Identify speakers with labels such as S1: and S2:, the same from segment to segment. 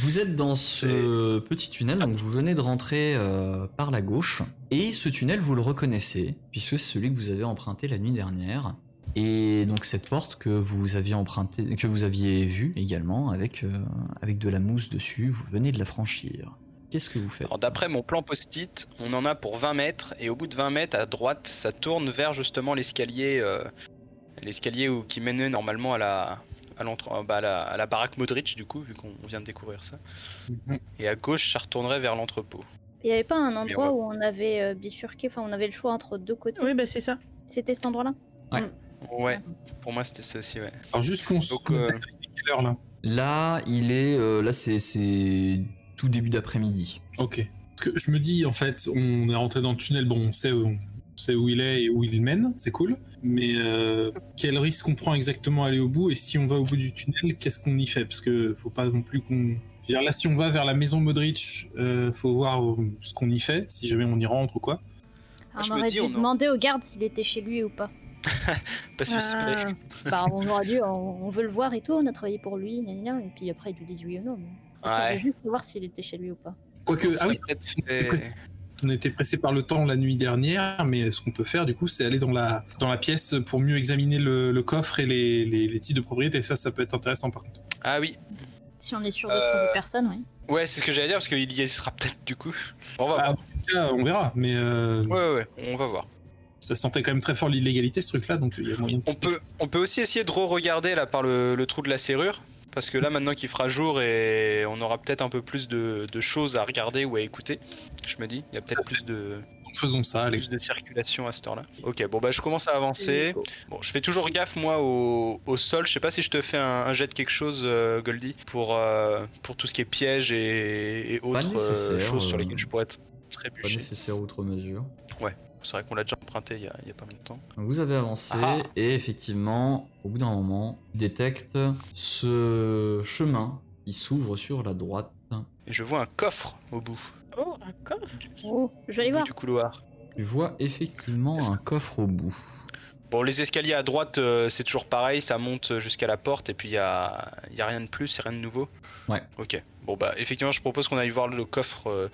S1: Vous êtes dans ce petit tunnel, donc vous venez de rentrer euh, par la gauche, et ce tunnel vous le reconnaissez, puisque c'est celui que vous avez emprunté la nuit dernière, et donc cette porte que vous aviez emprunté, que vous aviez vue également, avec, euh, avec de la mousse dessus, vous venez de la franchir. Qu'est-ce que vous faites
S2: Alors, D'après mon plan post-it, on en a pour 20 mètres et au bout de 20 mètres à droite, ça tourne vers justement l'escalier, euh, l'escalier où- qui menait normalement à la, à, l'entre- euh, bah, à la, à la baraque Modric du coup, vu qu'on vient de découvrir ça. Et à gauche, ça retournerait vers l'entrepôt.
S3: Il n'y avait pas un endroit
S2: ouais.
S3: où on avait euh, bifurqué, enfin on avait le choix entre deux côtés.
S4: Oui, bah c'est ça.
S3: C'était cet endroit-là
S2: Ouais, pour moi c'était ça aussi, ouais.
S5: Alors juste qu'on se
S2: Donc euh,
S5: quelle heure là
S1: Là, il est, euh, là c'est- c'est tout début d'après-midi.
S5: Ok. Parce que je me dis en fait, on est rentré dans le tunnel, bon, on sait où, on sait où il est et où il mène, c'est cool. Mais euh, quel risque on prend exactement à aller au bout et si on va au bout du tunnel, qu'est-ce qu'on y fait Parce que faut pas non plus qu'on. Je veux dire, là, si on va vers la maison Modric, euh, faut voir euh, ce qu'on y fait, si jamais on y rentre ou quoi.
S2: Ah, je
S3: Ah, On
S2: me
S3: aurait
S2: dis,
S3: dû
S2: on en-
S3: demander au garde s'il était chez lui ou pas.
S2: pas suspect.
S6: Euh.
S4: Ah,
S3: Bah on aurait dû, on, on veut le voir et tout, on a travaillé pour lui, gna gna gna, et puis après ils nous disent oui ou non. mais- Parce qu'on
S2: Ouais.
S3: veut juste savoir s'il était chez lui ou pas.
S5: Quoique,
S2: Ça
S5: ah oui,
S2: peut-être fait-
S5: on était pressé par le temps la nuit dernière, mais ce qu'on peut faire du coup, c'est aller dans la, dans la pièce pour mieux examiner le, le coffre et les, les, les titres de propriété. Ça, ça peut être intéressant par contre.
S2: Ah oui,
S3: Si on est sûr de
S2: Euh,
S3: croiser personne, oui.
S2: ouais, c'est ce que j'allais dire parce qu'il y sera peut-être du coup. On va
S5: Ah,
S2: voir.
S5: en tout cas, on verra, mais euh,
S2: Ouais, ouais, ouais, on va voir.
S5: ça sentait quand même très fort l'illégalité ce truc-là, donc il y a moyen. de-
S2: On peut, on peut aussi essayer de re-regarder là par le, le trou de la serrure. Parce que là, maintenant qu'il fera jour et on aura peut-être un peu plus de, de choses à regarder ou à écouter, je me dis, il y a peut-être plus de,
S5: Donc, faisons ça, allez.
S2: plus de circulation à cette heure-là. Ok, bon bah je commence à avancer. Bon, je fais toujours gaffe moi au, au sol. Je sais pas si je te fais un, un jet de quelque chose, euh, Goldie, pour, euh, pour tout ce qui est piège et, et autres euh,
S1: nécessaire,
S2: choses sur
S1: euh,
S2: lesquelles je pourrais être
S1: Pas
S2: trébuché.
S1: nécessaire outre mesure.
S2: C'est vrai qu'on l'a déjà emprunté il y a, il y a pas mal de temps.
S1: Donc Vous avez avancé
S2: Ah ah.
S1: et effectivement, au bout d'un moment, il détecte ce chemin qui s'ouvre sur la droite.
S2: Et je vois un coffre au bout,
S4: Oh, un coffre
S3: Oh, je
S2: au
S3: vais aller
S2: bout
S3: voir.
S2: du couloir.
S1: Tu vois effectivement
S2: Est-ce
S1: un coffre au bout.
S2: Bon, les escaliers à droite, euh, c'est toujours pareil, ça monte jusqu'à la porte et puis il y a, y a rien de plus, c'est rien de nouveau.
S1: Ouais.
S2: Ok. Bon, bah, effectivement, je propose qu'on aille voir le coffre euh,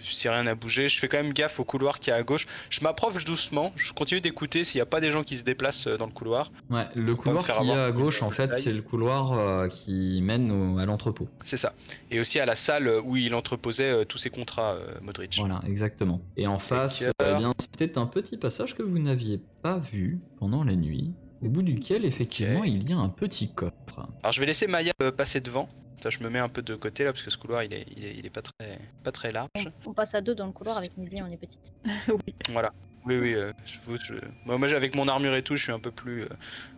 S2: si rien n'a bougé. Je fais quand même gaffe au couloir qui est à gauche. Je m'approche doucement, je continue d'écouter s'il n'y a pas des gens qui se déplacent euh, dans le couloir.
S1: Ouais, le
S2: Faut pas
S1: couloir
S2: me faire
S1: qu'il y a
S2: avoir,
S1: à gauche,
S2: euh,
S1: en fait,
S2: taille.
S1: c'est le couloir euh, qui mène au- à l'entrepôt.
S2: C'est ça. Et aussi à la salle où il entreposait euh, tous ses contrats, euh, Modric.
S1: Voilà, exactement. Et en face,
S2: cœurs.
S1: eh bien, c'était un petit passage que vous n'aviez pas vu pendant la nuit, au bout duquel, effectivement,
S2: Ok.
S1: il y a un petit coffre.
S2: Alors, je vais laisser Maya euh, passer devant. Ça, je me mets un peu de côté là parce que ce couloir il est, il est, il est pas, très, pas très large.
S3: On passe à deux dans le couloir avec Milly, on est petite.
S4: Oui.
S2: Voilà. Oui, oui. euh, je, vous- je- moi, moi, j'ai- avec mon armure et tout, je suis un peu plus, euh,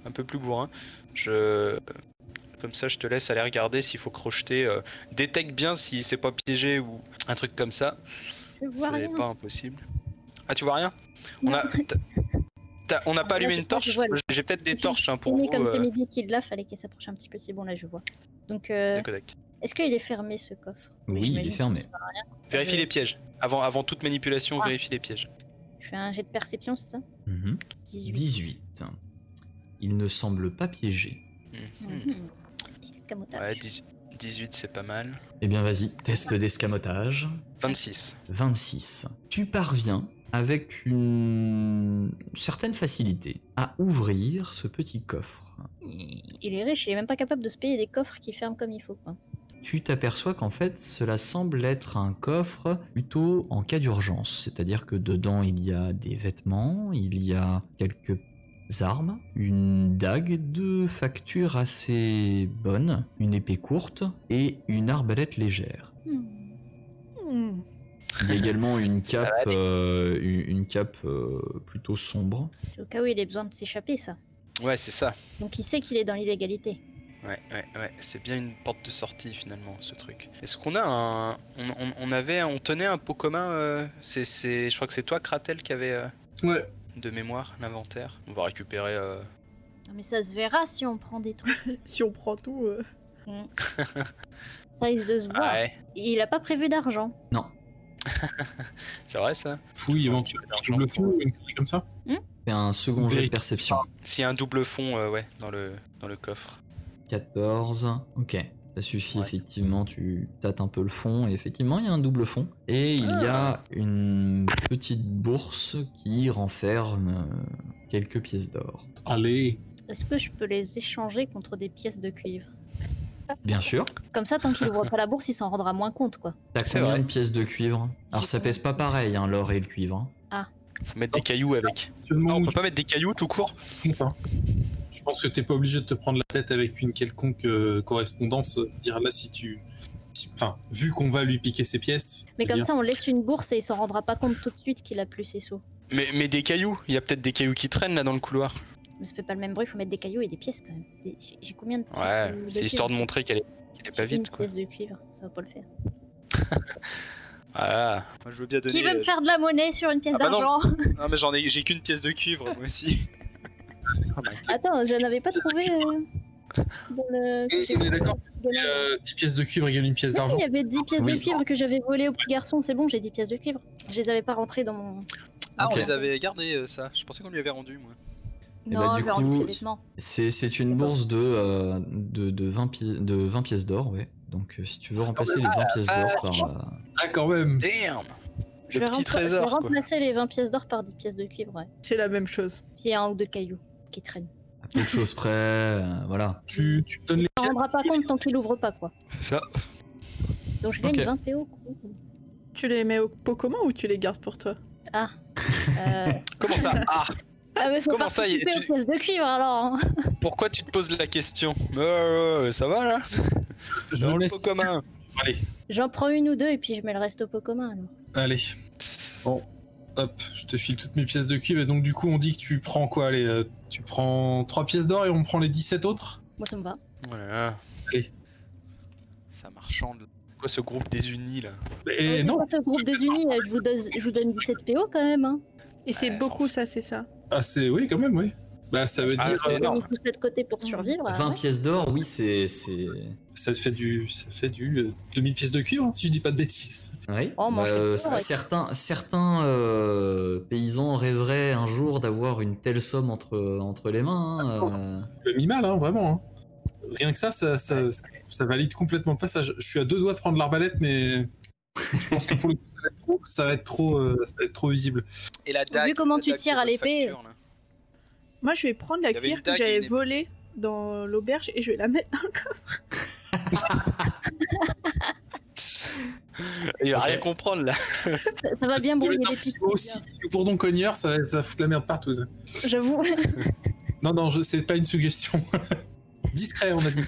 S2: un peu plus bourrin. Je, comme ça, je te laisse aller regarder s'il faut crocheter. euh, détecte bien si c'est pas piégé ou un truc comme ça.
S3: Je vois
S2: C'est
S3: rien.
S2: pas impossible. Ah, tu vois rien On
S3: Non.
S2: a, t'as- t'as- on n'a
S3: Ah,
S2: pas
S3: là,
S2: allumé
S3: je
S2: une
S3: crois que je
S2: torche.
S3: vois le-
S2: J'ai peut-être des
S3: Fini-
S2: torches hein, pour
S3: Fini,
S2: vous.
S3: comme
S2: euh,
S3: c'est Milly qui l'a, fallait qu'elle s'approche un petit peu, c'est bon là je vois. Donc euh,
S2: d'accord, d'accord.
S3: est-ce qu'il est fermé ce coffre
S1: Oui, il est
S3: J'imagine que
S1: fermé.
S3: ça sert à rien.
S2: Vérifie
S3: Je-
S2: les pièges. Avant, avant toute manipulation,
S3: euh, Ah.
S2: vérifie les pièges.
S3: Je fais un jet de perception, c'est ça
S1: Mhm. 18. Il ne semble pas piégé.
S2: Mhm.
S3: Mhm. Escamotage.
S2: Ouais, 10 18, c'est pas mal.
S1: Eh bien, vas-y, test d'escamotage.
S2: 26.
S1: 26. Tu parviens avec une certaine facilité à ouvrir ce petit coffre.
S3: Il est riche, il est même pas capable de se payer des coffres qui ferment comme il faut. Quoi.
S1: Tu t'aperçois qu'en fait, cela semble être un coffre plutôt en cas d'urgence, c'est-à-dire que dedans il y a des vêtements, il y a quelques armes, une dague de facture assez bonne, une épée courte et une arbalète légère.
S3: Hmm.
S4: Hmm.
S1: Il y a également une cape, euh, une une cape euh, plutôt sombre.
S3: C'est au cas où il a besoin de s'échapper, ça.
S2: Ouais, c'est ça.
S3: Donc il sait qu'il est dans l'illégalité.
S2: Ouais, ouais, ouais. C'est bien une porte de sortie finalement, ce truc. Est-ce qu'on a un, on, on- on avait, on tenait un pot commun. euh, c'est, c'est, je crois que c'est toi, Kratel, qui avait euh,
S5: Ouais.
S2: de mémoire l'inventaire. On va récupérer. euh,
S3: Non, mais ça se verra si on prend des trucs.
S6: Si on prend tout. euh,
S3: Ça risque de se voir.
S2: Ah ouais,
S3: Et il a pas prévu d'argent.
S2: c'est vrai ça.
S5: Fouille éventuellement le fou ou une connerie comme ça.
S1: Fais un second jet de
S5: Vérifie.
S1: perception.
S2: S'il y a un double fond, euh, ouais, dans le, dans le coffre.
S1: 14. Ok, ça suffit,
S2: Ouais.
S1: effectivement, tu tâtes un peu le fond, et effectivement, il y a un double fond. Et il y a
S2: Ah.
S1: une petite bourse qui renferme euh, quelques pièces d'or.
S5: Allez.
S2: Ah,
S3: Est-ce que je peux les échanger contre des pièces de cuivre
S1: Bien sûr.
S3: Comme ça, tant qu'il ouvre pas la bourse, il s'en rendra moins compte, quoi.
S1: T'as
S2: C'est
S1: combien
S2: vrai.
S1: de pièces de cuivre Alors,
S3: J'ai
S1: ça
S3: combien
S1: pèse
S3: de
S1: pas
S3: pièces
S1: pareil, hein, l'or et le cuivre.
S2: Faut mettre des cailloux avec. Ah,
S5: Seulement
S2: on
S5: où
S2: peut
S5: tu
S2: pas mettre des cailloux tout court.
S5: comptes, hein. Je pense que t'es pas obligé de te prendre la tête avec une quelconque euh, correspondance. Je veux dire, là, si tu. si- Enfin, vu qu'on va lui piquer ses pièces.
S3: Mais
S5: je veux
S3: comme
S5: dire,
S3: ça, on laisse une bourse et il s'en rendra pas compte tout de suite qu'il a plus ses sous.
S2: Mais, mais des cailloux. Il y a peut-être des cailloux qui traînent là dans le couloir.
S3: Mais ça fait pas le même bruit, faut mettre des cailloux et des pièces quand même. Des- J'ai j'ai combien de pièces
S2: Ouais,
S3: euh,
S2: c'est histoire de
S3: cuivre
S2: montrer qu'elle est, qu'elle est pas
S3: J'ai une
S2: vite quoi.
S3: pièce de cuivre, ça va pas le faire.
S2: Voilà. Moi je veux bien donner. euh,
S3: Qui veut me faire de la monnaie sur une pièce
S2: Ah bah non.
S3: d'argent
S2: Non mais j'en ai, j'ai qu'une pièce de cuivre moi aussi.
S3: Attends, je n'avais pas trouvé euh, dans le.
S5: On on est d'accord que
S3: dans
S5: c'est,
S3: la-
S5: euh, 10 pièces de cuivre égale une pièce
S3: Ah si,
S5: d'argent.
S3: il y avait 10 pièces de
S1: Oui.
S3: cuivre que j'avais volées au petit garçon, c'est bon, j'ai 10 pièces de cuivre. Je les avais pas rentrées dans mon.
S2: Ah
S1: Ok.
S2: on les avait gardés euh, ça. Je pensais qu'on lui avait rendu moi.
S1: bah,
S3: Non,
S1: du
S3: j'ai rendu ses
S1: coup,
S3: vêtements.
S1: C'est c'est une bourse de, euh, de, de 20, pi- de 20 pièces d'or, ouais. Donc, euh, si tu veux
S2: Ah,
S1: remplacer les 20 pièces d'or par. euh,
S5: Ah, quand même.
S2: Damn.
S3: Je vais,
S2: petit
S3: rempla-
S2: trésor,
S3: je vais
S2: quoi.
S3: remplacer les 20 pièces d'or par 10 pièces de cuivre, ouais.
S6: C'est la même chose.
S3: Puis il y a un ou deux cailloux qui traînent.
S1: à peu de choses près, euh, voilà.
S5: Tu, tu donnes les
S3: Il s'en
S5: pièces.
S3: rendra pas compte tant qu'il ouvre pas, quoi.
S2: C'est ça.
S3: Donc je gagne
S1: Ok.
S3: 20 PO. cool.
S6: Tu les mets au pot commun ou tu les gardes pour toi
S3: Ah. Euh,
S2: Comment ça Ah
S3: ah, mais faut
S2: Comment ça, y-
S3: participer
S2: tu-
S3: aux pièces de cuivre alors. hein.
S2: Pourquoi tu te poses la question Mais euh, ça va là
S5: Je
S2: Dans le
S5: laisse-
S2: pot commun.
S5: Allez,
S3: J'en prends une ou deux et puis je mets le reste au pot commun. alors.
S5: allez.
S2: Psst.
S5: Hop, je te file toutes mes pièces de cuivre. Et donc, du coup, on dit que tu prends quoi les, euh, Tu prends 3 pièces d'or et on prend les 17 autres
S3: Moi ça me va.
S2: Oh là là.
S5: Allez.
S2: Ça marchande. C'est quoi ce groupe désuni là
S5: Et
S3: Ouais,
S5: non
S3: pour ce groupe des unis, euh, je vous, donne, je vous donne 17 PO quand même. Hein.
S6: Et c'est
S2: Ouais,
S6: beaucoup,
S2: ça
S6: ça, c'est ça
S5: Ah, c'est. Oui, quand même, oui. Bah, ça veut
S2: Ah,
S5: dire.
S2: c'est
S5: euh,
S2: énorme.
S3: Vous tous de côté pour survivre. ah
S1: 20
S3: ouais.
S1: pièces d'or, oui, c'est. c'est-
S5: ça fait du. Ça fait du. euh, 2000 pièces de cuivre, hein, si je dis pas de bêtises.
S1: Oui.
S3: Oh, mange
S1: Euh,
S3: le
S1: ça-
S3: ouais.
S1: certains certains euh, paysans rêveraient un jour d'avoir une telle somme entre, entre les mains.
S3: Ah,
S1: hein, euh.
S5: Tu as mis mal, hein, vraiment. hein. Rien que ça ça, ça, ça- ça valide complètement le passage. Je suis à deux doigts de prendre l'arbalète, mais. Je pense que pour le coup, ça va être trop, ça va être trop, euh, ça va être trop visible.
S2: Et la
S3: dague- vu comment la tu dague tires de à votre l'épée. facture,
S6: Moi, je vais prendre la
S2: Il y avait
S6: cuillère
S2: une
S6: que
S2: dague et
S6: j'avais
S2: une épée.
S6: volée dans l'auberge et je vais la mettre dans le coffre.
S2: Il va
S1: Ok.
S2: rien comprendre là.
S3: Ça, ça va bien
S5: Le
S3: brouiller les hein.
S5: petit
S3: petites
S5: mot, si le bourdon cogneur, ça va, ça va foutre la merde partout. ça.
S3: J'avoue.
S5: Non, non, je- c'est pas une suggestion. Discret, on a dit.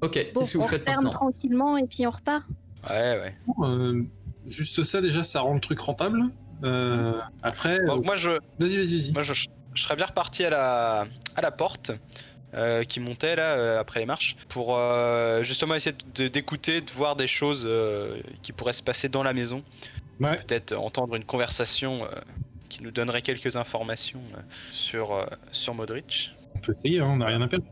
S1: Ok,
S3: Bon,
S1: qu'est-ce que
S3: on
S1: vous faites
S3: ferme
S1: maintenant
S3: tranquillement et puis on repart.
S2: Ouais, ouais.
S5: Euh, juste ça, déjà, ça rend le truc rentable. Euh, après, euh,
S2: Donc, moi je,
S5: vas-y, vas-y, vas-y.
S2: moi je, je serais bien reparti à la, à la porte euh, qui montait là euh, après les marches pour euh, justement essayer de- d'écouter, de, voir des choses euh, qui pourraient se passer dans la maison.
S5: Ouais.
S2: Peut-être entendre une conversation euh, qui nous donnerait quelques informations euh, sur, euh, sur Modric.
S5: On peut essayer, hein, on n'a rien à perdre.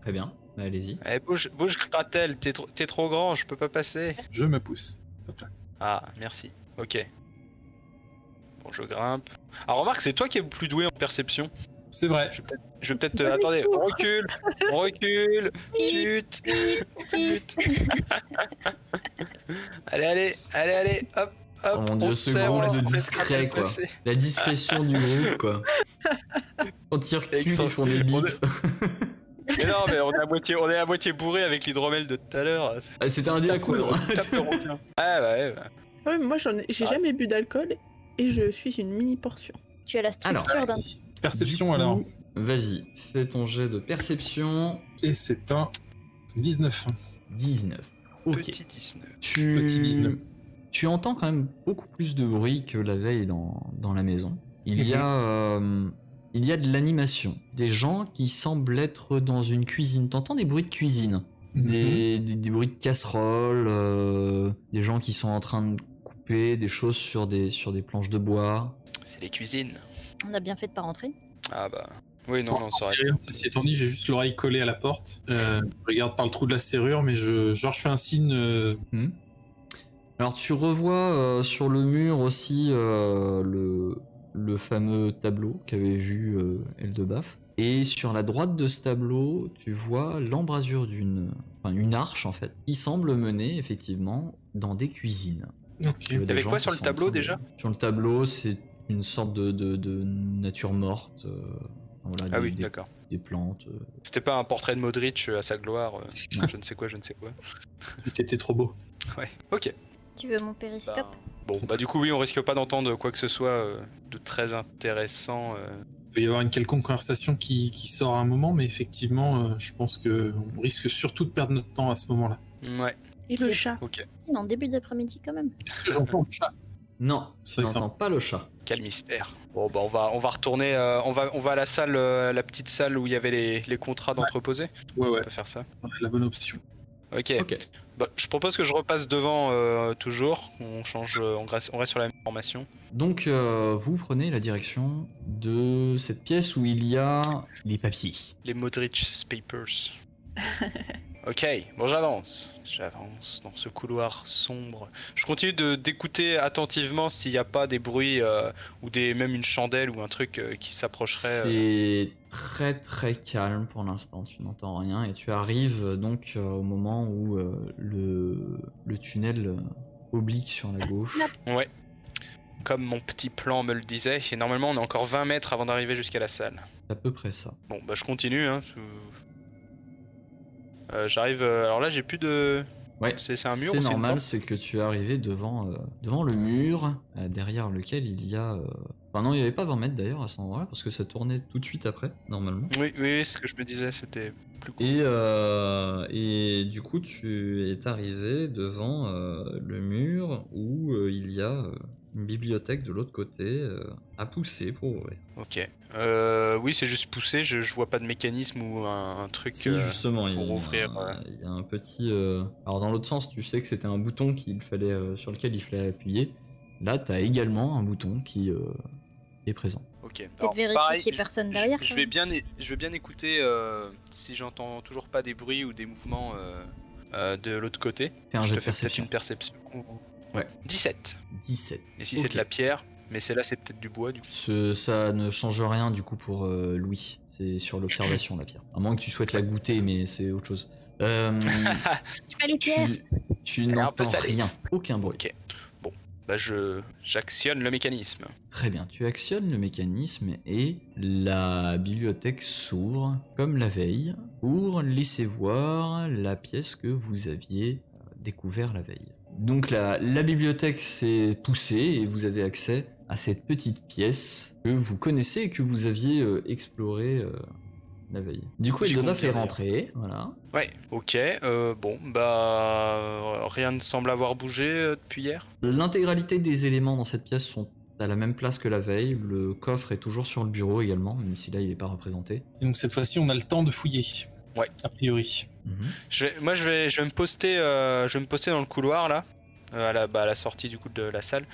S1: Très bien, bah, allez-y.
S2: Eh, bouge, bouge Gratel, t'es trop, t'es trop grand, je peux pas passer.
S5: Je me pousse. Hop là.
S2: Ah, merci. Ok. Bon, je grimpe. Ah, remarque, c'est toi qui es le plus doué en perception.
S5: C'est vrai.
S2: Je vais peut-être. euh, attendez, on recule, on recule, chute, chute. allez, allez, allez, allez, hop, hop.
S1: Oh mon Dieu,
S2: on
S1: ce
S2: serre, on
S1: groupe
S2: laisse-
S1: de
S2: on laisse
S1: discrets,
S2: Gratel
S1: quoi.
S2: passer.
S1: La discrétion du groupe, quoi. On tire cul, ils
S2: Excellent.
S1: font des
S2: On
S1: bips.
S2: Mais non, mais on est à moitié, on est à moitié bourré avec l'hydromel de tout à l'heure.
S1: Ah, C'était un dé à coudre.
S2: Tape le requin. Ah, bah, ouais, bah.
S6: Ouais, mais moi, j'en ai- j'ai
S2: Ah.
S6: jamais bu d'alcool et je suis une mini portion.
S3: Tu as la structure d'un.
S5: Perception,
S1: Du coup,
S5: alors.
S1: Vas-y, fais ton jet de perception.
S5: Et c'est un 19.
S1: 19. Ok.
S2: Petit 19.
S1: Tu...
S5: Petit 19.
S1: tu entends quand même beaucoup plus de bruit que la veille dans, dans la maison. Il y a euh, il y a de l'animation. Des gens qui semblent être dans une cuisine. T'entends des bruits de cuisine,
S2: Mm-hmm.
S5: Mhm. Mm-hmm.
S1: des, des- des bruits de casseroles, euh, des gens qui sont en train de couper des choses sur des, sur des planches de bois.
S2: C'est les cuisines.
S3: On a bien fait de pas rentrer.
S2: Ah bah. Oui, non, non, ça aurait
S5: Cyril, Ceci étant dit, j'ai juste l'oreille collée à la porte. Euh, je regarde par le trou de la serrure, mais je, genre, je fais un signe. euh,
S1: Hmm. Alors tu revois euh, sur le mur aussi euh, le, le fameux tableau qu'avait vu euh, Eldebaf. Et sur la droite de ce tableau, tu vois l'embrasure d'une enfin, une arche en fait, qui semble mener effectivement dans des cuisines.
S5: Ok.
S1: Tu vois des
S2: Avec
S1: gens
S2: quoi
S1: qui
S2: sur le
S1: sont en
S2: tableau,
S1: train de-
S2: déjà
S1: Sur le tableau, c'est une sorte de, de- de nature morte. euh, voilà,
S2: Ah
S1: des-
S2: oui,
S1: des,
S2: d'accord.
S1: des plantes. euh.
S2: C'était pas un portrait de Modric euh, à sa gloire, euh, je ne sais quoi, je ne sais quoi.
S5: T'étais trop beau.
S2: Ouais, ok.
S3: Tu veux mon périscope
S2: Bah, bon, bah du coup, oui, on risque pas d'entendre quoi que ce soit euh, de très intéressant. euh.
S5: Il peut y avoir une quelconque conversation qui, qui sort à un moment, mais effectivement, euh, je pense que on risque surtout de perdre notre temps à ce moment-là.
S2: Ouais,
S6: Et le chat.
S2: ok.
S3: En début d'après-midi quand même.
S5: Est-ce que j'entends le chat
S1: Non,
S5: C'est
S1: tu
S5: vrai que ça-
S1: n'entends pas le chat.
S2: Quel mystère. Bon, bah on va, on va retourner, euh, on, va, on va à la salle, euh, la petite salle où il y avait les, les contrats d'entreposer.
S5: Ouais, ouais,
S2: On peut faire ça.
S5: la bonne option.
S2: Ok.
S1: Ok.
S2: Bah, je propose que je repasse devant euh, toujours. On change, euh, on reste, on reste sur la même formation.
S1: Donc euh, vous prenez la direction de cette pièce où il y a les papiers.
S2: Les Modric's Papers. ok, bon j'avance. J'avance dans ce couloir sombre. Je continue de d'écouter attentivement s'il n'y a pas des bruits euh, ou des même une chandelle ou un truc euh, qui s'approcherait. euh.
S1: C'est très très calme pour l'instant, tu n'entends rien et tu arrives euh, donc euh, au moment où euh, le, le tunnel euh, oblique sur la gauche.
S2: Ouais. Comme mon petit plan me le disait, et normalement on a encore 20 mètres avant d'arriver jusqu'à la salle.
S1: C'est à peu près ça.
S2: Bon, bah je continue. Hein. Je- Euh, J'arrive. euh, Alors là, j'ai plus de.
S1: Ouais.
S2: C'est c'est un mur ou
S1: C'est
S2: une
S1: normal,
S2: porte
S1: c'est que tu es arrivé devant, euh, devant le mur euh, derrière lequel il y a... euh, Enfin non, il n'y avait pas 20 mètres d'ailleurs à cet endroit-là parce que ça tournait tout de suite après, normalement.
S2: Oui, oui, oui, ce que je me disais, c'était plus cool.
S1: Et, euh, et du coup, tu es arrivé devant euh, le mur où euh, il y a euh, une bibliothèque de l'autre côté euh, à pousser pour ouvrir.
S2: Ok. Euh, oui, c'est juste poussé. Je, je vois pas de mécanisme ou un, un truc.
S1: Si
S2: euh,
S1: justement, il, y a
S2: pour
S1: un-
S2: ouvrir, euh, ouais.
S1: il y a un petit. euh, Alors dans l'autre sens, tu sais que c'était un bouton qu'il fallait euh, sur lequel il fallait appuyer. Là, t'as également un bouton qui euh, est présent.
S2: Ok. Alors,
S3: Peut-être vérifier
S2: pareil,
S3: qu'il n'y ait personne derrière. hein.
S2: Je, je
S3: quand
S2: vais
S3: même.
S2: bien, é- je vais bien écouter euh, si j'entends toujours pas des bruits ou des mouvements euh, euh, de l'autre côté.
S1: Fais un
S2: je
S1: jeu de
S2: te fais peut-être
S1: perception.
S2: une perception.
S1: Ouais.
S2: 17.
S1: 17.
S2: Et si
S1: Ok.
S2: c'est de la pierre, mais c'est là, c'est peut-être du bois du coup.
S1: Ce, ça ne change rien du coup pour euh, Louis. C'est sur l'observation la pierre. À moins que tu souhaites la goûter, mais c'est autre chose. Euh,
S3: Tu fais les
S1: tu
S3: pierres
S1: tu
S2: est un peu
S1: n'entends
S2: salée.
S1: rien, aucun bruit.
S2: Ok. Bon, bah je j'actionne le mécanisme.
S1: Très bien, tu actionnes le mécanisme et la bibliothèque s'ouvre comme la veille pour laisser voir la pièce que vous aviez euh, découvert la veille. Donc la, la bibliothèque s'est poussée et vous avez accès à cette petite pièce que vous connaissez et que vous aviez euh, explorée euh, la veille. Du coup,
S2: J'y compte
S1: Eldoraf est
S2: bien,
S1: rentré, voilà.
S2: Ouais, ok, euh, bon, bah euh, rien ne semble avoir bougé euh, depuis hier.
S1: L'intégralité des éléments dans cette pièce sont à la même place que la veille. Le coffre est toujours sur le bureau également, même si là il n'est pas représenté.
S5: Et donc cette fois-ci, on a le temps de fouiller.
S2: Ouais.
S5: A priori.
S1: Mhm.
S2: Je vais- moi je vais, je vais me poster, euh, je vais me poster dans le couloir là, euh, à la, bah, à la sortie du coup de la salle,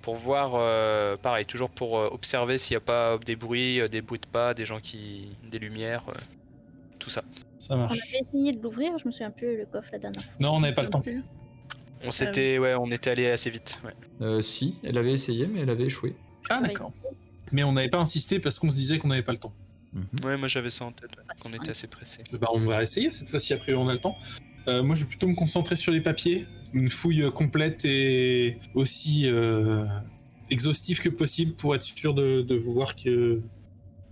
S2: pour voir, euh, pareil, toujours pour euh, observer s'il n'y a pas des bruits, euh, des bruits de pas, des gens qui, des lumières, euh, tout ça.
S5: Ça
S3: On
S5: marche.
S3: avait essayé de l'ouvrir, je me souviens plus le coffre la dernière fois.
S5: Non, on n'avait pas le temps.
S6: plus.
S2: On s'était, ouais, on était allé assez vite. ouais.
S1: Euh, si, elle avait essayé, mais elle avait échoué.
S5: Ah d'accord. Mais on n'avait pas insisté parce qu'on se disait qu'on n'avait pas le temps.
S2: Ouais, moi j'avais ça en tête, ouais, qu'on était assez pressé.
S5: Bah, on va essayer cette fois-ci, a priori on a le temps. Euh, moi je vais plutôt me concentrer sur les papiers. Une fouille euh, complète et aussi euh, exhaustive que possible pour être sûr de, de vous voir que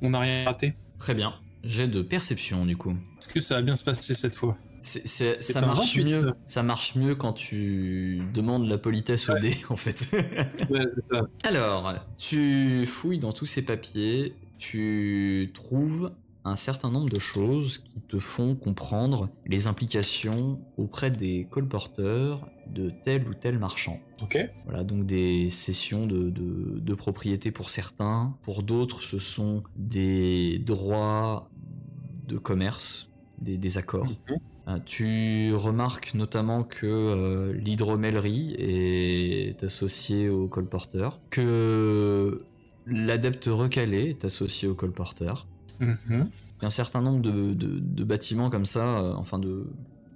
S5: on n'a rien raté.
S1: Très bien. J'ai de perception du coup.
S5: Est-ce que ça va bien se passer cette fois
S1: C'est- c'est-
S5: C'est
S1: ça
S5: un
S1: marche
S5: 28.
S1: mieux. Ça marche mieux quand tu demandes la politesse au dé en fait.
S5: Ouais, c'est ça.
S1: Alors, tu fouilles dans tous ces papiers, tu trouves un certain nombre de choses qui te font comprendre les implications auprès des colporteurs de tel ou tel marchand.
S5: Ok.
S1: Voilà, donc des cessions de, de, de propriété pour certains. Pour d'autres, ce sont des droits de commerce, des, des accords.
S5: Mhm.
S1: Euh, Tu remarques notamment que euh, l'hydromellerie est associée au colporteur, que l'adepte recalé est associé au colporteur,
S5: Mhm.
S1: qu'un certain nombre de, de- de bâtiments comme ça, euh, enfin de,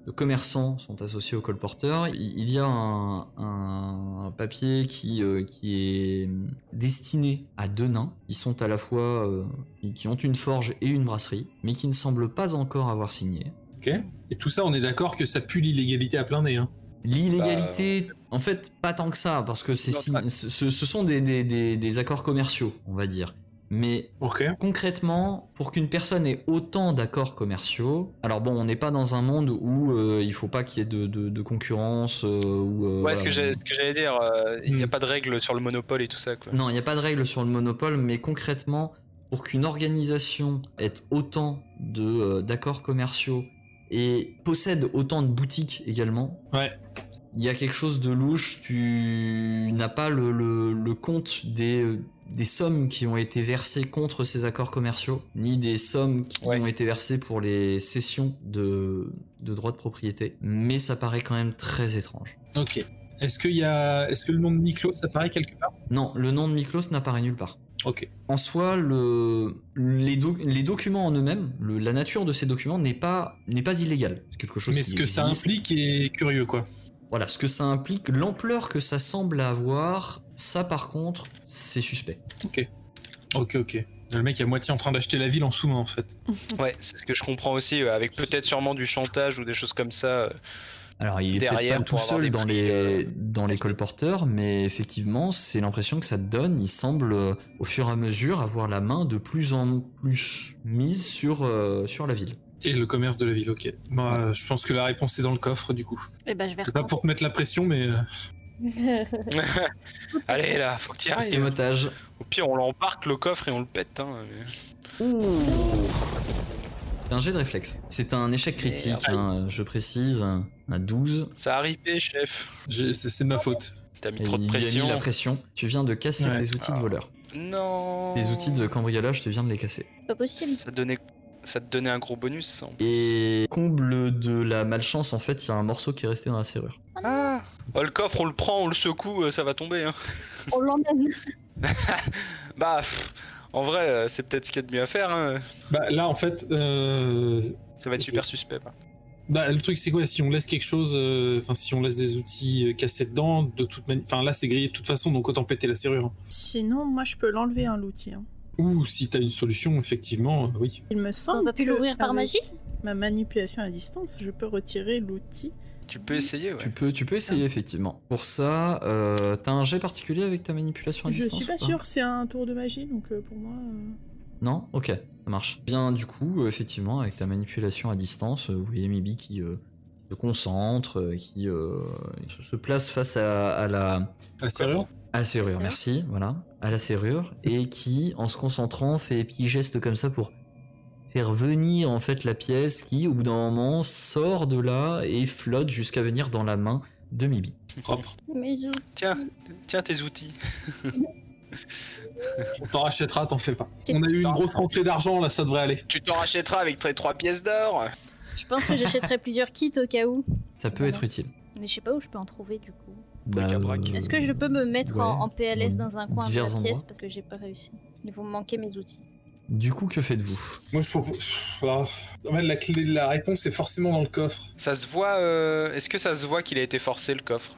S1: de commerçants sont associés au colporteur. Il, il y a un, un papier qui, euh, qui est destiné à deux nains, qui sont à la fois, euh, qui ont une forge et une brasserie, mais qui ne semblent pas encore avoir signé.
S5: Et tout ça, on est d'accord que ça pue l'illégalité à plein nez. Hein.
S1: L'illégalité, en fait, pas tant que ça, parce que c'est
S2: Bah, Non,
S1: si-
S2: pas-
S1: ce, ce sont des, des- des- des accords commerciaux, on va dire. Mais
S5: Ok.
S1: concrètement, pour qu'une personne ait autant d'accords commerciaux, alors bon, on n'est pas dans un monde où euh, il faut pas qu'il y ait de, de- de concurrence. euh, ou, euh,
S2: Ouais,
S1: voilà.
S2: ce que j'ai- ce que j'allais dire, euh, il n'y a
S5: Hmm.
S2: pas de règle sur le monopole et tout ça, quoi.
S1: Non, il n'y a pas de règle sur le monopole, mais concrètement, pour qu'une organisation ait autant de, euh, d'accords commerciaux et possède autant de boutiques également,
S5: Ouais.
S1: il y a quelque chose de louche, tu n'as pas le, le- le compte des, euh, des sommes qui ont été versées contre ces accords commerciaux, ni des sommes qui
S2: Ouais.
S1: ont été versées pour les cessions de, de droits de propriété, mais ça paraît quand même très étrange.
S5: Ok. Est-ce qu'il y a, est-ce que le nom de Miklos apparaît quelque part
S1: Non, le nom de Miklos n'apparaît nulle part.
S5: Ok.
S1: en soi, le, les, doc- les documents en eux-mêmes, le- la nature de ces documents n'est pas, n'est pas illégale. C'est quelque chose
S5: Mais
S1: qui
S5: ce que ça
S1: existe.
S5: implique est curieux, quoi.
S1: Voilà, ce que ça implique, l'ampleur que ça semble avoir, ça par contre, c'est suspect.
S5: Ok, ok. Le mec est à moitié en train d'acheter la ville en sous-main, en fait.
S2: Ouais, c'est ce que je comprends aussi, euh, avec peut-être sûrement du chantage ou des choses comme ça. euh.
S1: Alors, il est peut-être
S2: Derrière,
S1: pas
S2: pour
S1: tout
S2: avoir
S1: seul
S2: des
S1: dans
S2: prix,
S1: les,
S2: euh,
S1: dans les colporteurs, mais effectivement, c'est l'impression que ça te donne. Il semble, euh, au fur et à mesure, avoir la main de plus en plus mise sur, euh, sur la ville.
S5: Et le commerce de la ville, ok. Bah, euh, je pense que la réponse est dans le coffre, du coup.
S3: Eh ben, je vais
S5: C'est pas
S3: reprendre.
S5: pour te mettre la pression, mais euh,
S2: Allez, là, faut que t'y
S1: Parce
S2: arrives.
S1: qu'émotage.
S2: hein. Au pire, on l'embarque, le coffre, et on le pète. Hein, mais-
S1: Un jet de réflexe. C'est un échec critique, hein, je précise, un un 12.
S2: Ça a ripé, chef.
S5: j'ai- c'est c'est de ma faute.
S2: T'as mis
S1: Et
S2: trop
S1: il
S2: de
S1: y a mis
S2: pression.
S1: la pression. Tu viens de casser
S5: Ouais.
S1: tes outils de
S2: Ah.
S1: voleur.
S2: Non.
S1: Tes outils de cambriolage, tu viens de les casser.
S3: Pas possible.
S2: Ça donnait, ça te donnait un gros bonus. hein. ça, en plus.
S1: Et comble de la malchance, en fait, il y a un morceau qui est resté dans la serrure.
S2: Ah. Oh, le coffre, on le prend, on le secoue, euh, ça va tomber. hein.
S3: On l'emmène.
S2: Bah, pff, en vrai, euh, c'est peut-être ce qu'il y a de mieux à faire. hein.
S5: Bah, là, en fait, euh,
S2: Ça va être super suspect. par contre.
S5: Bah, le truc, c'est quoi Si on laisse quelque chose, euh, enfin, si on laisse des outils euh, cassés dedans, de toute manière. Enfin, là, c'est grillé de toute façon, donc autant péter la serrure. hein.
S6: Sinon, moi, je peux l'enlever, hein, l'outil. hein.
S5: Ou si t'as une solution, effectivement, euh, oui.
S6: Il me
S3: On
S6: semble
S3: va plus
S6: que
S3: l'ouvrir par
S6: avec
S3: magie
S6: Ma manipulation à distance, je peux retirer l'outil.
S2: Tu peux essayer, ouais.
S1: Tu, peux, tu peux
S6: Ah.
S1: essayer, effectivement. Pour ça, euh, t'as un jet particulier avec ta manipulation à
S6: Je
S1: distance
S6: suis pas
S1: ou
S6: sûre, c'est un tour de magie, donc euh, pour moi. euh,
S1: Non Ok, ça marche. Eh Bien, du coup, euh, effectivement, avec ta manipulation à distance, euh, vous voyez Mibi qui euh, se concentre, euh, qui euh, se- se place face à- à la,
S5: La serrure
S1: À la serrure,
S3: Serrure.
S1: merci, voilà, à la serrure, et qui, en se concentrant, fait des petits gestes comme ça pour faire venir en fait la pièce qui, au bout d'un moment, sort de là et flotte jusqu'à venir dans la main de Mibi.
S5: Propre.
S3: Mais je-
S2: Tiens, tiens tes outils.
S5: On t'en rachètera, t'en fais pas.
S3: C'est-
S5: On a eu une grosse rentrée d'argent, là, ça devrait aller.
S2: Tu t'en rachèteras avec tes trois pièces d'or.
S3: je pense que j'achèterai plusieurs kits au cas où.
S1: Ça peut
S3: Voilà.
S1: être utile.
S3: Mais je sais pas où je peux en trouver du coup.
S2: Bric-à-brac.
S1: euh,
S3: Est-ce que je peux me mettre en,
S1: ouais,
S3: en PLS
S1: dans
S3: dans un coin de la
S1: divers
S3: pièce
S1: endroits.
S3: parce que j'ai pas réussi Il vont me manquer mes outils.
S1: Du coup, que faites-vous
S5: Moi, je propose. Pff, ah. En fait, la, clé, la réponse est forcément dans le coffre.
S2: Ça se voit. euh, Est-ce que ça se voit qu'il a été forcé le coffre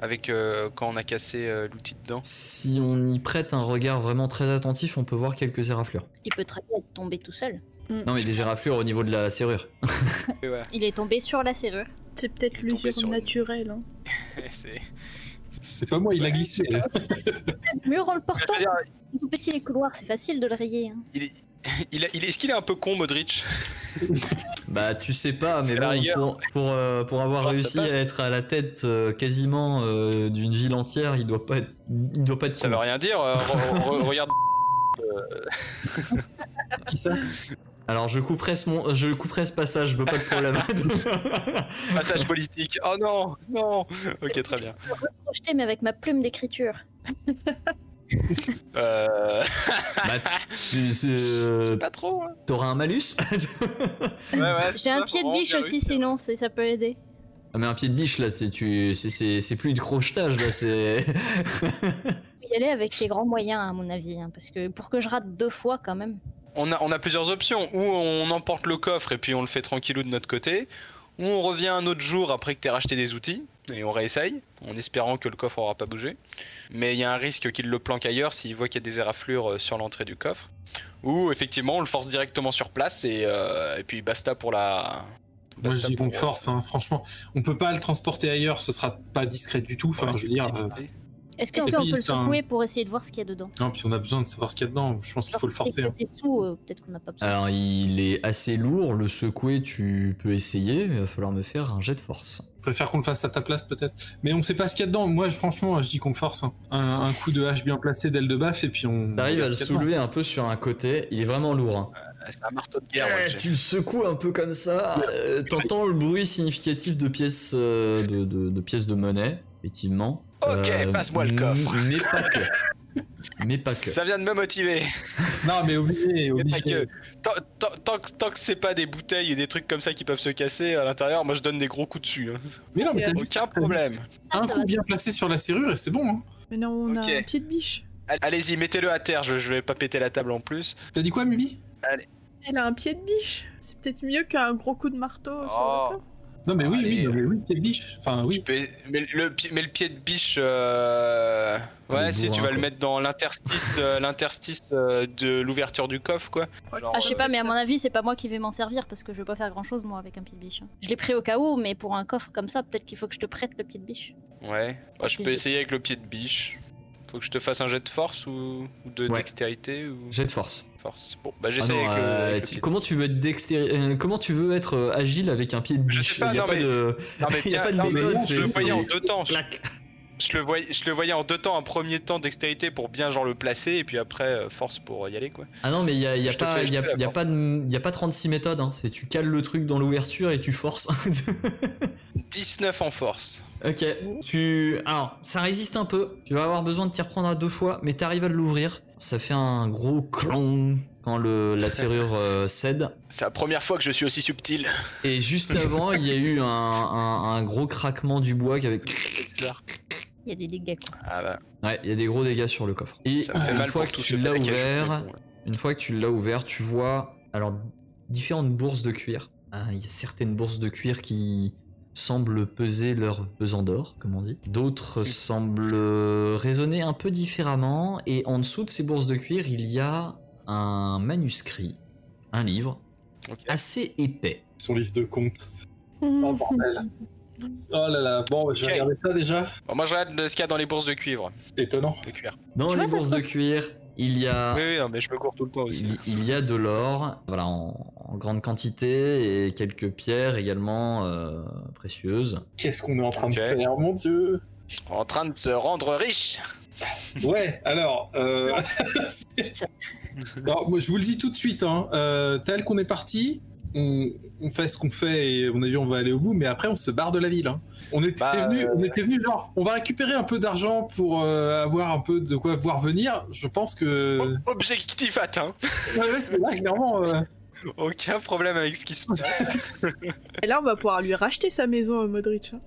S2: Avec euh, quand on a cassé euh, l'outil dedans.
S1: Si on y prête un regard vraiment très attentif, on peut voir quelques éraflures.
S3: Il peut très bien être tombé tout seul.
S1: Non, mais des éraflures au niveau de la serrure.
S2: Et ouais,
S3: Il est tombé sur la serrure.
S6: C'est peut-être
S2: Il est tombé sur
S6: l'usure
S2: une-
S6: naturelle. hein.
S2: c'est-
S5: C'est pas moi, il a glissé. là.
S3: Mur en le
S2: Je
S3: portant.
S2: veux dire,
S3: Tout petit les couloirs, c'est facile de le rayer. hein.
S2: il est- il est- Est-ce qu'il est un peu con, Modric
S1: Bah tu sais pas,
S2: C'est
S1: mais
S2: la
S1: bon,
S2: rigueur.
S1: pour, pour, euh, pour avoir
S2: Oh, ça
S1: réussi à
S2: passe.
S1: être à la tête euh, quasiment euh, d'une ville entière, il doit pas être, il doit pas être
S2: Ça
S1: con.
S2: veut rien dire. euh, re- re- re- regarde.
S5: Qui ça
S1: Alors je couperai ce, mon- je couperai ce passage, je veux pas de problème.
S2: Passage politique. Oh non, non. Ok, très bien.
S3: Projeté, mais avec ma plume d'écriture.
S2: Euh...
S1: Bah, tu- c'est- euh,
S2: c'est pas trop. hein.
S1: T'auras un malus
S2: Ouais, ouais, c'est
S3: J'ai un
S2: ça,
S3: pied de
S2: faut
S3: biche
S2: vraiment hein.
S3: aussi,
S2: bien
S3: sinon, c'est- ça peut aider.
S1: Ah, Mais un pied de biche là, c'est tu, c'est- c'est c'est plus du crochetage là, c'est.
S3: Faut y aller avec les grands moyens, à mon avis, hein, parce que pour que je rate deux fois quand même.
S2: On a, on a plusieurs options. Ou on emporte le coffre et puis on le fait tranquillou de notre côté. Ou on revient un autre jour après que t'aies racheté des outils et on réessaye, en espérant que le coffre aura pas bougé. Mais il y a un risque qu'il le planque ailleurs s'il voit qu'il y a des éraflures euh, sur l'entrée du coffre. Ou effectivement, on le force directement sur place et, euh, et puis basta pour la.
S5: Moi je
S2: basta
S5: dis qu'on
S2: pour,
S5: le force, hein. franchement. On peut pas le transporter ailleurs, ce sera pas discret du tout.
S2: euh,
S5: Enfin, je veux dire. euh,
S3: Est-ce
S5: Et
S3: qu'on peut
S5: puis,
S3: le
S5: t'as un-
S3: secouer pour essayer de voir ce qu'il y a dedans
S5: euh, Non, puis on a besoin de savoir ce qu'il y a dedans. Je pense qu'il faut le forcer. hein.
S3: Peut-être des sous, euh, peut-être qu'on n'a pas besoin.
S1: Alors il est assez lourd, le secouer tu peux essayer, mais il va falloir me faire un jet de force.
S5: Je préfère qu'on le fasse à ta place peut-être. Mais on sait pas ce qu'il y a dedans. Moi, je- franchement, je dis qu'on le force. hein. Un, un coup de hache bien placé, d'aile de baffe, et puis on.
S2: Bah,
S1: T'arrives à
S5: regarde
S1: le
S5: ce qu'il y a dedans.
S1: soulever un peu sur un côté, il est vraiment lourd. hein.
S2: C'est un marteau de guerre.
S1: Eh,
S2: ouais, j'ai-
S1: tu le secoues un peu comme ça, euh, t'entends le bruit significatif de pièces euh, de, de- de pièces de monnaie, effectivement. Euh,
S2: Ok, passe-moi le coffre.
S1: Mais pas que. Mais pas que.
S2: Ça vient de me motiver.
S5: Non, mais obligé,
S2: Mais pas
S5: obligé.
S2: que. Tant, tant- tant que, tant que c'est pas des bouteilles et des trucs comme ça qui peuvent se casser à l'intérieur, moi je donne des gros coups dessus. hein.
S5: Mais non, mais t'as juste
S2: Aucun problème.
S5: un
S3: Ça
S5: coup
S3: va.
S5: bien placé sur la serrure et c'est bon. Hein.
S6: Mais non, on
S2: Ok.
S6: a un pied de biche.
S2: Allez- Allez-y, mettez-le à terre, je, je vais pas péter la table en plus.
S5: T'as dit quoi, Mubi
S6: Elle a un pied de biche. C'est peut-être mieux qu'un gros coup de marteau
S2: Oh.
S6: sur le corps.
S5: Non, mais oui, oui,
S2: Allez.
S5: non, mais oui, quelle biche. Enfin,
S2: Je
S5: oui.
S2: peux- mais, le, pi- mais le pied de biche. euh,
S1: Il
S2: Ouais,
S1: est
S2: si
S1: bourrin,
S2: tu vas le
S1: quoi.
S2: mettre dans l'interstice euh, l'interstice, euh, de l'ouverture du coffre, quoi.
S6: Je crois que
S2: Genre,
S6: c'est-
S3: Ah, je sais pas, mais à
S6: c'est-
S3: mon avis, c'est pas moi qui vais m'en servir parce que je vais pas faire grand chose moi avec un pied de biche. hein. Je l'ai pris au cas où, mais pour un coffre comme ça, peut-être qu'il faut que je te prête le pied de biche.
S2: Ouais. Bah, je
S3: Ok.
S2: peux essayer avec le pied de biche. Faut que je te fasse un jet de force ou, ou de
S1: Ouais.
S2: dextérité ou
S1: Jet de force.
S2: force. Bon, bah
S1: Ah
S2: j'essaie
S1: non,
S2: avec, le-
S1: euh,
S2: avec le
S1: tu-
S2: pied de-
S1: comment tu veux être dextéri- euh, Comment tu veux être euh, agile avec un pied de
S2: Je
S1: biche
S2: sais pas,
S1: Il y a
S2: non,
S1: pas
S2: mais-
S1: de.
S2: Non, mais
S1: il y a
S2: tiens,
S1: pas de
S2: non, mais
S1: méthode,
S2: bon,
S1: c'est-
S2: je le voyais en
S1: c'est-
S2: deux temps. Je,
S1: Clac.
S2: je le voyais, je le voyais en deux temps. Un premier temps dextérité pour bien genre le placer et puis après euh, force pour y aller quoi.
S1: Ah non, mais il y a, il y a
S2: Je te
S1: pas,
S2: fais- je
S1: il y a,
S2: te fais la
S1: il y a pas, de- il y a pas 36 méthodes. Hein. C'est tu cales le truc dans l'ouverture et tu forces.
S2: 19 en force.
S1: Ok. Tu. Alors, ça résiste un peu. Tu vas avoir besoin de t'y reprendre à deux fois, mais t'arrives à l'ouvrir. Ça fait un gros clon quand le, la serrure euh, cède.
S2: C'est la première fois que je suis aussi subtil.
S1: Et juste avant, il y a eu un, un- un gros craquement du bois qui avait.
S3: Il y a des dégâts. quoi.
S2: Ah bah,
S1: Ouais, il y a des gros dégâts sur le coffre. Et
S2: ça me fait
S1: une
S2: mal
S1: fois
S2: pour
S1: que
S2: tout
S1: tu
S2: ce
S1: l'as
S2: package, mais
S1: ouvert,
S2: bon.
S1: une fois que tu l'as ouvert, tu vois alors différentes bourses de cuir. Hein, Il y a certaines bourses de cuir qui semblent peser leur pesant d'or, comme on dit. D'autres semblent euh, résonner un peu différemment. Et en dessous de ces bourses de cuir, il y a un manuscrit, un livre
S2: Ok.
S1: assez épais.
S5: Son livre de compte.
S6: Hum,
S5: bordel. Oh là là, bon, bah, je
S2: Ok.
S5: vais regarder ça déjà.
S2: Bon, moi je regarde ce qu'il y a dans les bourses de cuivre,
S5: Étonnant.
S2: de cuir.
S1: Dans
S3: Tu
S1: les
S3: vois, ça se
S1: bourses de
S3: ressemble-
S1: cuir, il y a
S2: Oui, oui, non, mais je me cours tout le temps aussi.
S1: Ah. Il, il y a de l'or, voilà, en, en grande quantité et quelques pierres également euh, précieuses.
S5: Qu'est-ce qu'on est en train
S2: Ok.
S5: de faire, mon dieu
S2: En train de se rendre riche.
S5: Ouais, alors. euh, alors, moi, je vous le dis tout de suite, hein, euh, tel qu'on est parti, on, on fait ce qu'on fait et à mon avis, on va aller au bout, mais après, on se barre de la ville. hein. On était
S2: Bah,
S5: venu,
S2: euh,
S5: on était venu genre, on va récupérer un peu d'argent pour euh, avoir un peu de quoi voir venir. Je pense que.
S1: Euh.
S2: O- Objectif atteint.
S5: Ouais, ouais, c'est vrai, clairement. euh,
S2: Aucun problème avec ce qui se passe.
S6: Et là, on va pouvoir lui racheter sa maison à Modric. hein.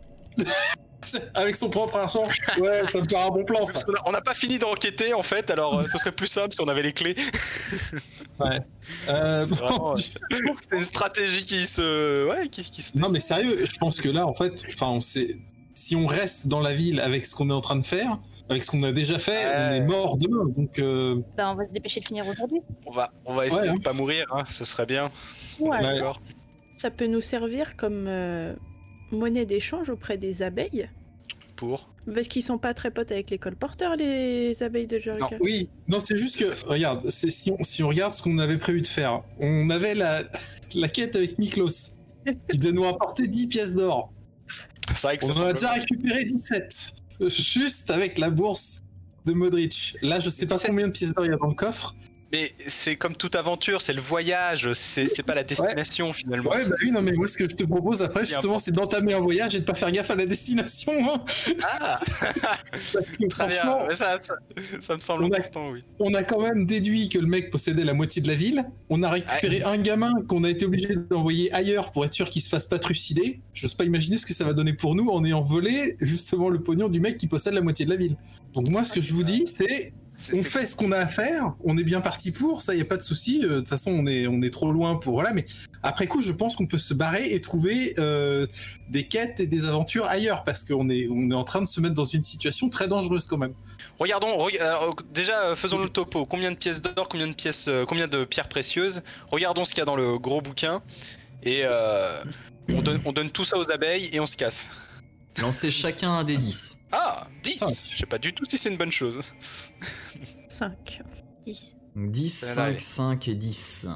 S5: avec son propre argent. Ouais, ça me paraît un bon plan, ça.
S2: Parce qu'on a- On n'a pas fini d'enquêter en fait, alors euh, ce serait plus simple si on avait les clés.
S5: Euh,
S2: Vraiment, ouais. C'est une stratégie qui se. Ouais, qui, qui se.
S5: Non mais sérieux, je pense que là en fait, enfin on sait, si on reste dans la ville avec ce qu'on est en train de faire, avec ce qu'on a déjà fait,
S2: Ouais.
S5: on est mort demain. Donc euh,
S3: Ben, on va se dépêcher de finir aujourd'hui.
S2: On va, on va essayer
S5: Ouais, hein.
S2: de pas mourir, hein, ce serait bien.
S6: Ouais.
S5: Ouais.
S2: D'accord.
S6: Ça peut nous servir comme euh, monnaie d'échange auprès des abeilles.
S2: Pour.
S6: Parce qu'ils sont pas très potes avec les colporteurs, les abeilles de Jericho.
S5: oui, non c'est juste que regarde, c'est si on, si on regarde ce qu'on avait prévu de faire, on avait la, la quête avec Miklos qui devait nous apporter 10 pièces d'or.
S2: C'est vrai que
S5: On
S2: ça
S5: en a
S2: semble-
S5: déjà récupéré 17 juste avec la bourse de Modric. Là, je sais pas
S2: 17.
S5: combien de pièces d'or il y a dans le coffre,
S2: Mais c'est comme toute aventure, c'est le voyage, c'est c'est pas la destination finalement.
S5: Ouais, bah oui, non, mais moi, ce que je te propose après, justement, c'est d'entamer un voyage et de pas faire gaffe à la destination. hein.
S2: Ah,
S5: Parce que
S2: très bien,
S5: franchement,
S2: Ouais, ça, ça, ça me semble
S5: On a-
S2: important, oui.
S5: on a quand même déduit que le mec possédait la moitié de la ville. On a récupéré un gamin qu'on a été obligé d'envoyer ailleurs pour être sûr qu'il se fasse pas trucider. J'ose pas imaginer ce que ça va donner pour nous en ayant volé justement le pognon du mec qui possède la moitié de la ville. Donc moi, ce que je vous dis, c'est
S2: C'est-
S5: on
S2: c'est-
S5: fait ce qu'on a à faire, on est bien parti pour, ça y a pas de souci. euh, De toute façon, on est on est trop loin pour voilà, mais après coup, je pense qu'on peut se barrer et trouver euh, des quêtes et des aventures ailleurs parce qu'on est on est en train de se mettre dans une situation très dangereuse quand même.
S2: Regardons, reg- alors, déjà euh, faisons le topo. Combien de pièces d'or, combien de pièces, euh, combien de pierres précieuses Regardons ce qu'il y a dans le gros bouquin et euh, on, donne, on donne tout ça aux abeilles et on se casse.
S1: Lancez chacun un des 10.
S2: Ah, 10
S5: Cinq.
S2: Je sais pas du tout si c'est une bonne chose.
S6: 5.
S3: 10.
S1: Donc 10,
S2: Celle-là,
S1: 5,
S2: elle-
S1: 5 et 10.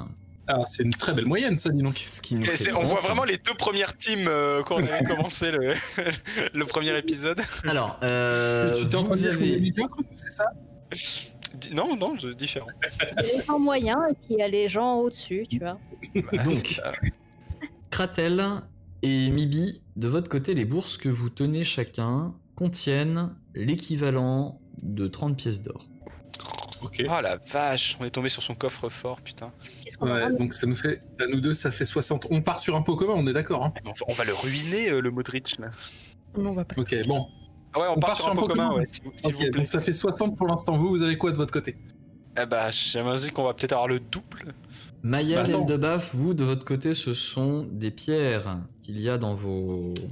S5: Ah, c'est une très belle moyenne, ça, dis donc.
S1: ce qui nous
S2: C'est-
S1: fait
S2: c'est- on voit
S1: 30.
S2: vraiment les deux premières teams euh, quand on avait commencé le, le premier épisode.
S1: Alors, euh,
S5: tu t'es en train de
S1: vous
S5: dire qu'on est
S1: avez...
S5: médiocre, c'est ça
S2: Di- Non, non, je- différent.
S3: Il y a les gens moyens et puis il y a les gens au-dessus, tu vois.
S2: Bah,
S1: Donc.
S2: c'est ça.
S1: Kratel et Mibi, de votre côté, les bourses que vous tenez chacun contiennent l'équivalent de 30 pièces d'or.
S5: Ok.
S1: Ah,
S2: Oh la vache, on est tombé sur son coffre fort, putain.
S3: Qu'est-ce qu'on
S5: Ouais,
S3: ramène
S5: donc ça nous fait, à nous deux, ça fait 60. On part sur un pot commun, on est d'accord. hein.
S2: On va, on va le ruiner, euh, le Modric là.
S6: Mais on va pas.
S5: Ok, bon.
S2: Ah ouais, on, part, sur un pot commun, ouais, s'il s'il
S5: Ok,
S2: vous plaît.
S5: donc ça fait 60 pour l'instant. Vous, vous avez quoi de votre côté
S2: Eh bah, j'imagine qu'on va peut-être avoir le double.
S1: Maya
S5: Bah,
S1: et
S5: attends.
S1: Eldebaf, vous, de votre côté, ce sont des pierres qu'il y a dans vos, dans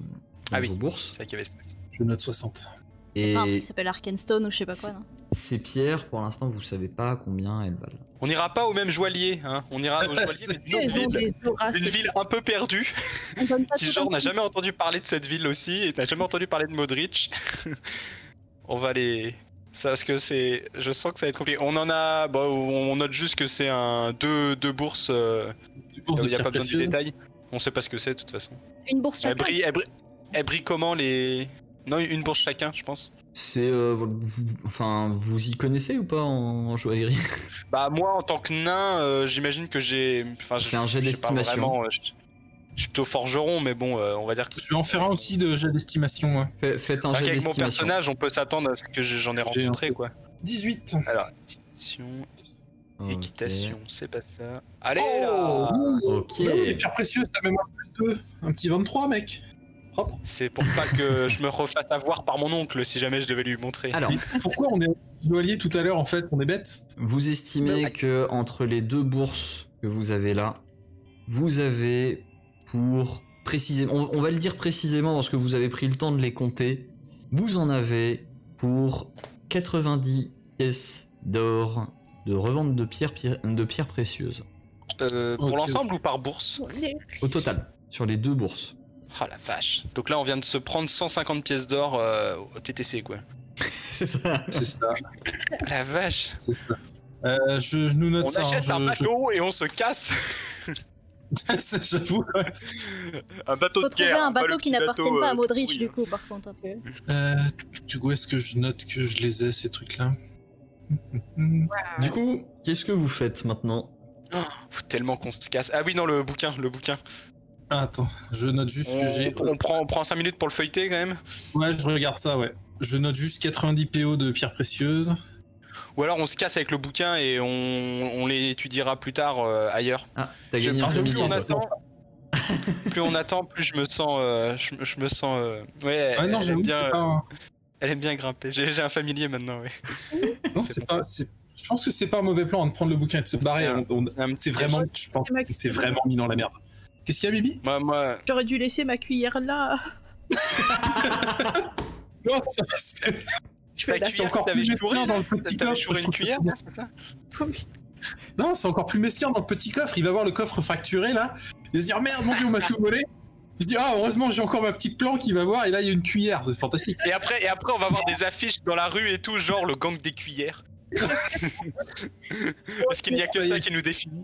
S2: Ah oui.
S1: vos bourses.
S2: C'est vrai qu'il y avait-
S5: Je note 60.
S1: Et
S3: Enfin, Ah, un truc qui s'appelle Arkenstone ou je sais pas quoi. non
S1: ces pierres, pour l'instant, vous savez pas combien elles valent.
S2: On n'ira pas au même joailier, hein. On ira au joaillier, mais d'une autre
S6: Ils ont
S2: ville.
S6: des auras,
S2: Une
S6: Ah, c'est-
S2: ville un peu perdue.
S3: On donne pas
S2: Si
S3: tout
S2: genre
S3: d'un
S2: n'a
S3: coup.
S2: jamais entendu parler de cette ville aussi et n'a jamais entendu parler de Modric. on va les. Ça, parce que c'est. Je sens que ça va être compliqué. On en a. Bon, on note juste que c'est un. Deux, deux bourses. euh,
S5: Bourse
S2: Il n'y a
S5: de pierre
S2: pas besoin de
S5: précieuse.
S2: détails. On sait pas ce que c'est de toute façon.
S3: Une bourse
S2: Elle
S3: chacun.
S2: brille, elle brille- elle brille comment les. Non, une bourse chacun, je pense.
S1: C'est. euh, vous- vous- enfin, vous y connaissez ou pas en joaillerie
S2: Bah moi en tant que nain, euh, j'imagine que j'ai. Enfin, je-
S1: Fais un jet
S2: je sais pas
S1: d'estimation.
S2: vraiment, euh, Je je suis plutôt forgeron, mais bon, euh, on va dire que.
S5: Je vais en faire un aussi de jet d'estimation. hein.
S1: Fais- Faites un
S2: Rien
S1: jet
S2: qu'avec mon
S1: d'estimation.
S2: personnage, on peut s'attendre à ce que je- j'en ai
S5: J'ai un
S2: rencontré,
S5: peu.
S2: quoi.
S5: 18
S2: Alors, équitation,
S1: Ok.
S2: équitation, c'est pas ça. Allez
S5: Oh
S2: là
S1: Ah, Ok.
S5: Ah oui, Des pierres précieuses, la mémoire plus 2. Un petit 23, mec. Propre.
S2: C'est pour pas que je me refasse avoir par mon oncle si jamais je devais lui montrer.
S1: Alors,
S5: Pourquoi on est joaillier tout à l'heure, en fait On est bête
S1: Vous
S2: Bah,
S1: estimez que entre les deux bourses que vous avez là, vous avez pour précisément, on, on va le dire précisément parce que vous avez pris le temps de les compter, vous en avez pour 90 pièces d'or de revente de pierres pi- de pierres précieuses
S2: Euh, pour
S5: Ok,
S2: l'ensemble ou par bourse
S6: On est-
S1: au total sur les deux bourses.
S2: Ah la vache. Donc là, on vient de se prendre 150 pièces d'or euh, au TTC, quoi.
S1: C'est ça.
S5: C'est ça,
S2: Ah La vache.
S5: c'est ça. Euh, je, je nous note
S2: On
S5: ça. hein,
S2: achète
S5: je-
S2: un bateau et on se casse.
S5: je- J'avoue. quand même.
S2: un bateau
S3: Faut
S2: de guerre.
S3: trouver un bateau qui n'appartient
S2: euh,
S3: pas à Modric,
S2: du
S3: du coup, par contre. un peu.
S5: Euh, tu- où est-ce que je note que je les ai, ces trucs-là Hum,
S1: Du coup, qu'est-ce que vous faites maintenant
S2: Faut tellement qu'on se casse. Ah oui, non, le bouquin, le bouquin.
S5: ah, Attends, je note juste que j'ai.
S2: On, on prend, on prend 5 minutes pour le feuilleter quand même.
S5: Ouais, je regarde ça, ouais. Je note juste 90 PO de pierres précieuses.
S2: Ou alors on se casse avec le bouquin et on, on les étudiera plus tard euh, ailleurs.
S1: Ah, t'as
S2: Je-
S1: gagné
S2: Ah,
S1: une
S2: je- plus,
S1: commission.
S2: on
S5: toi.
S2: attend, plus on attend, plus je me sens. euh, je, me- je me sens. euh, Ouais, elle,
S5: Ouais, Ah non,
S2: elle
S5: j'avoue,
S2: aime
S5: c'est
S2: bien, euh,
S5: pas. un-
S2: elle aime bien grimper. J'ai j'ai un familier maintenant, ouais.
S5: Non, c'est pas. c'est- Je pense que c'est pas un mauvais plan hein, de prendre le bouquin et de se barrer.
S2: Ouais.
S5: On- on-
S2: Un petit-
S5: C'est vraiment. Je pense que c'est vraiment mis dans la merde. Qu'est-ce qu'il y a, Bibi
S2: Moi, moi,
S6: J'aurais dû laisser ma cuillère là.
S5: Non, ça, c'est
S6: Je
S2: ta
S6: vais la
S5: c'est
S2: cuillère,
S5: encore
S2: t'avais
S5: plus
S2: chouré,
S5: mesquin dans le petit
S2: t'avais
S5: coffre.
S2: chouré
S5: je
S2: une
S5: trouve ça
S2: cuillère,
S5: bien.
S2: non, c'est ça
S5: Non, c'est encore plus mesquin dans le petit coffre. Il va voir le coffre fracturé là. Il va se dire oh, merde, mon dieu, on m'a tout volé. Il se dit ah heureusement j'ai encore ma petite planque. Il va voir et là il y a une cuillère. C'est fantastique.
S2: Et après, et après, on va avoir des affiches dans la rue et tout, genre le gang des cuillères. Parce qu'il n'y a que ça qui nous définit.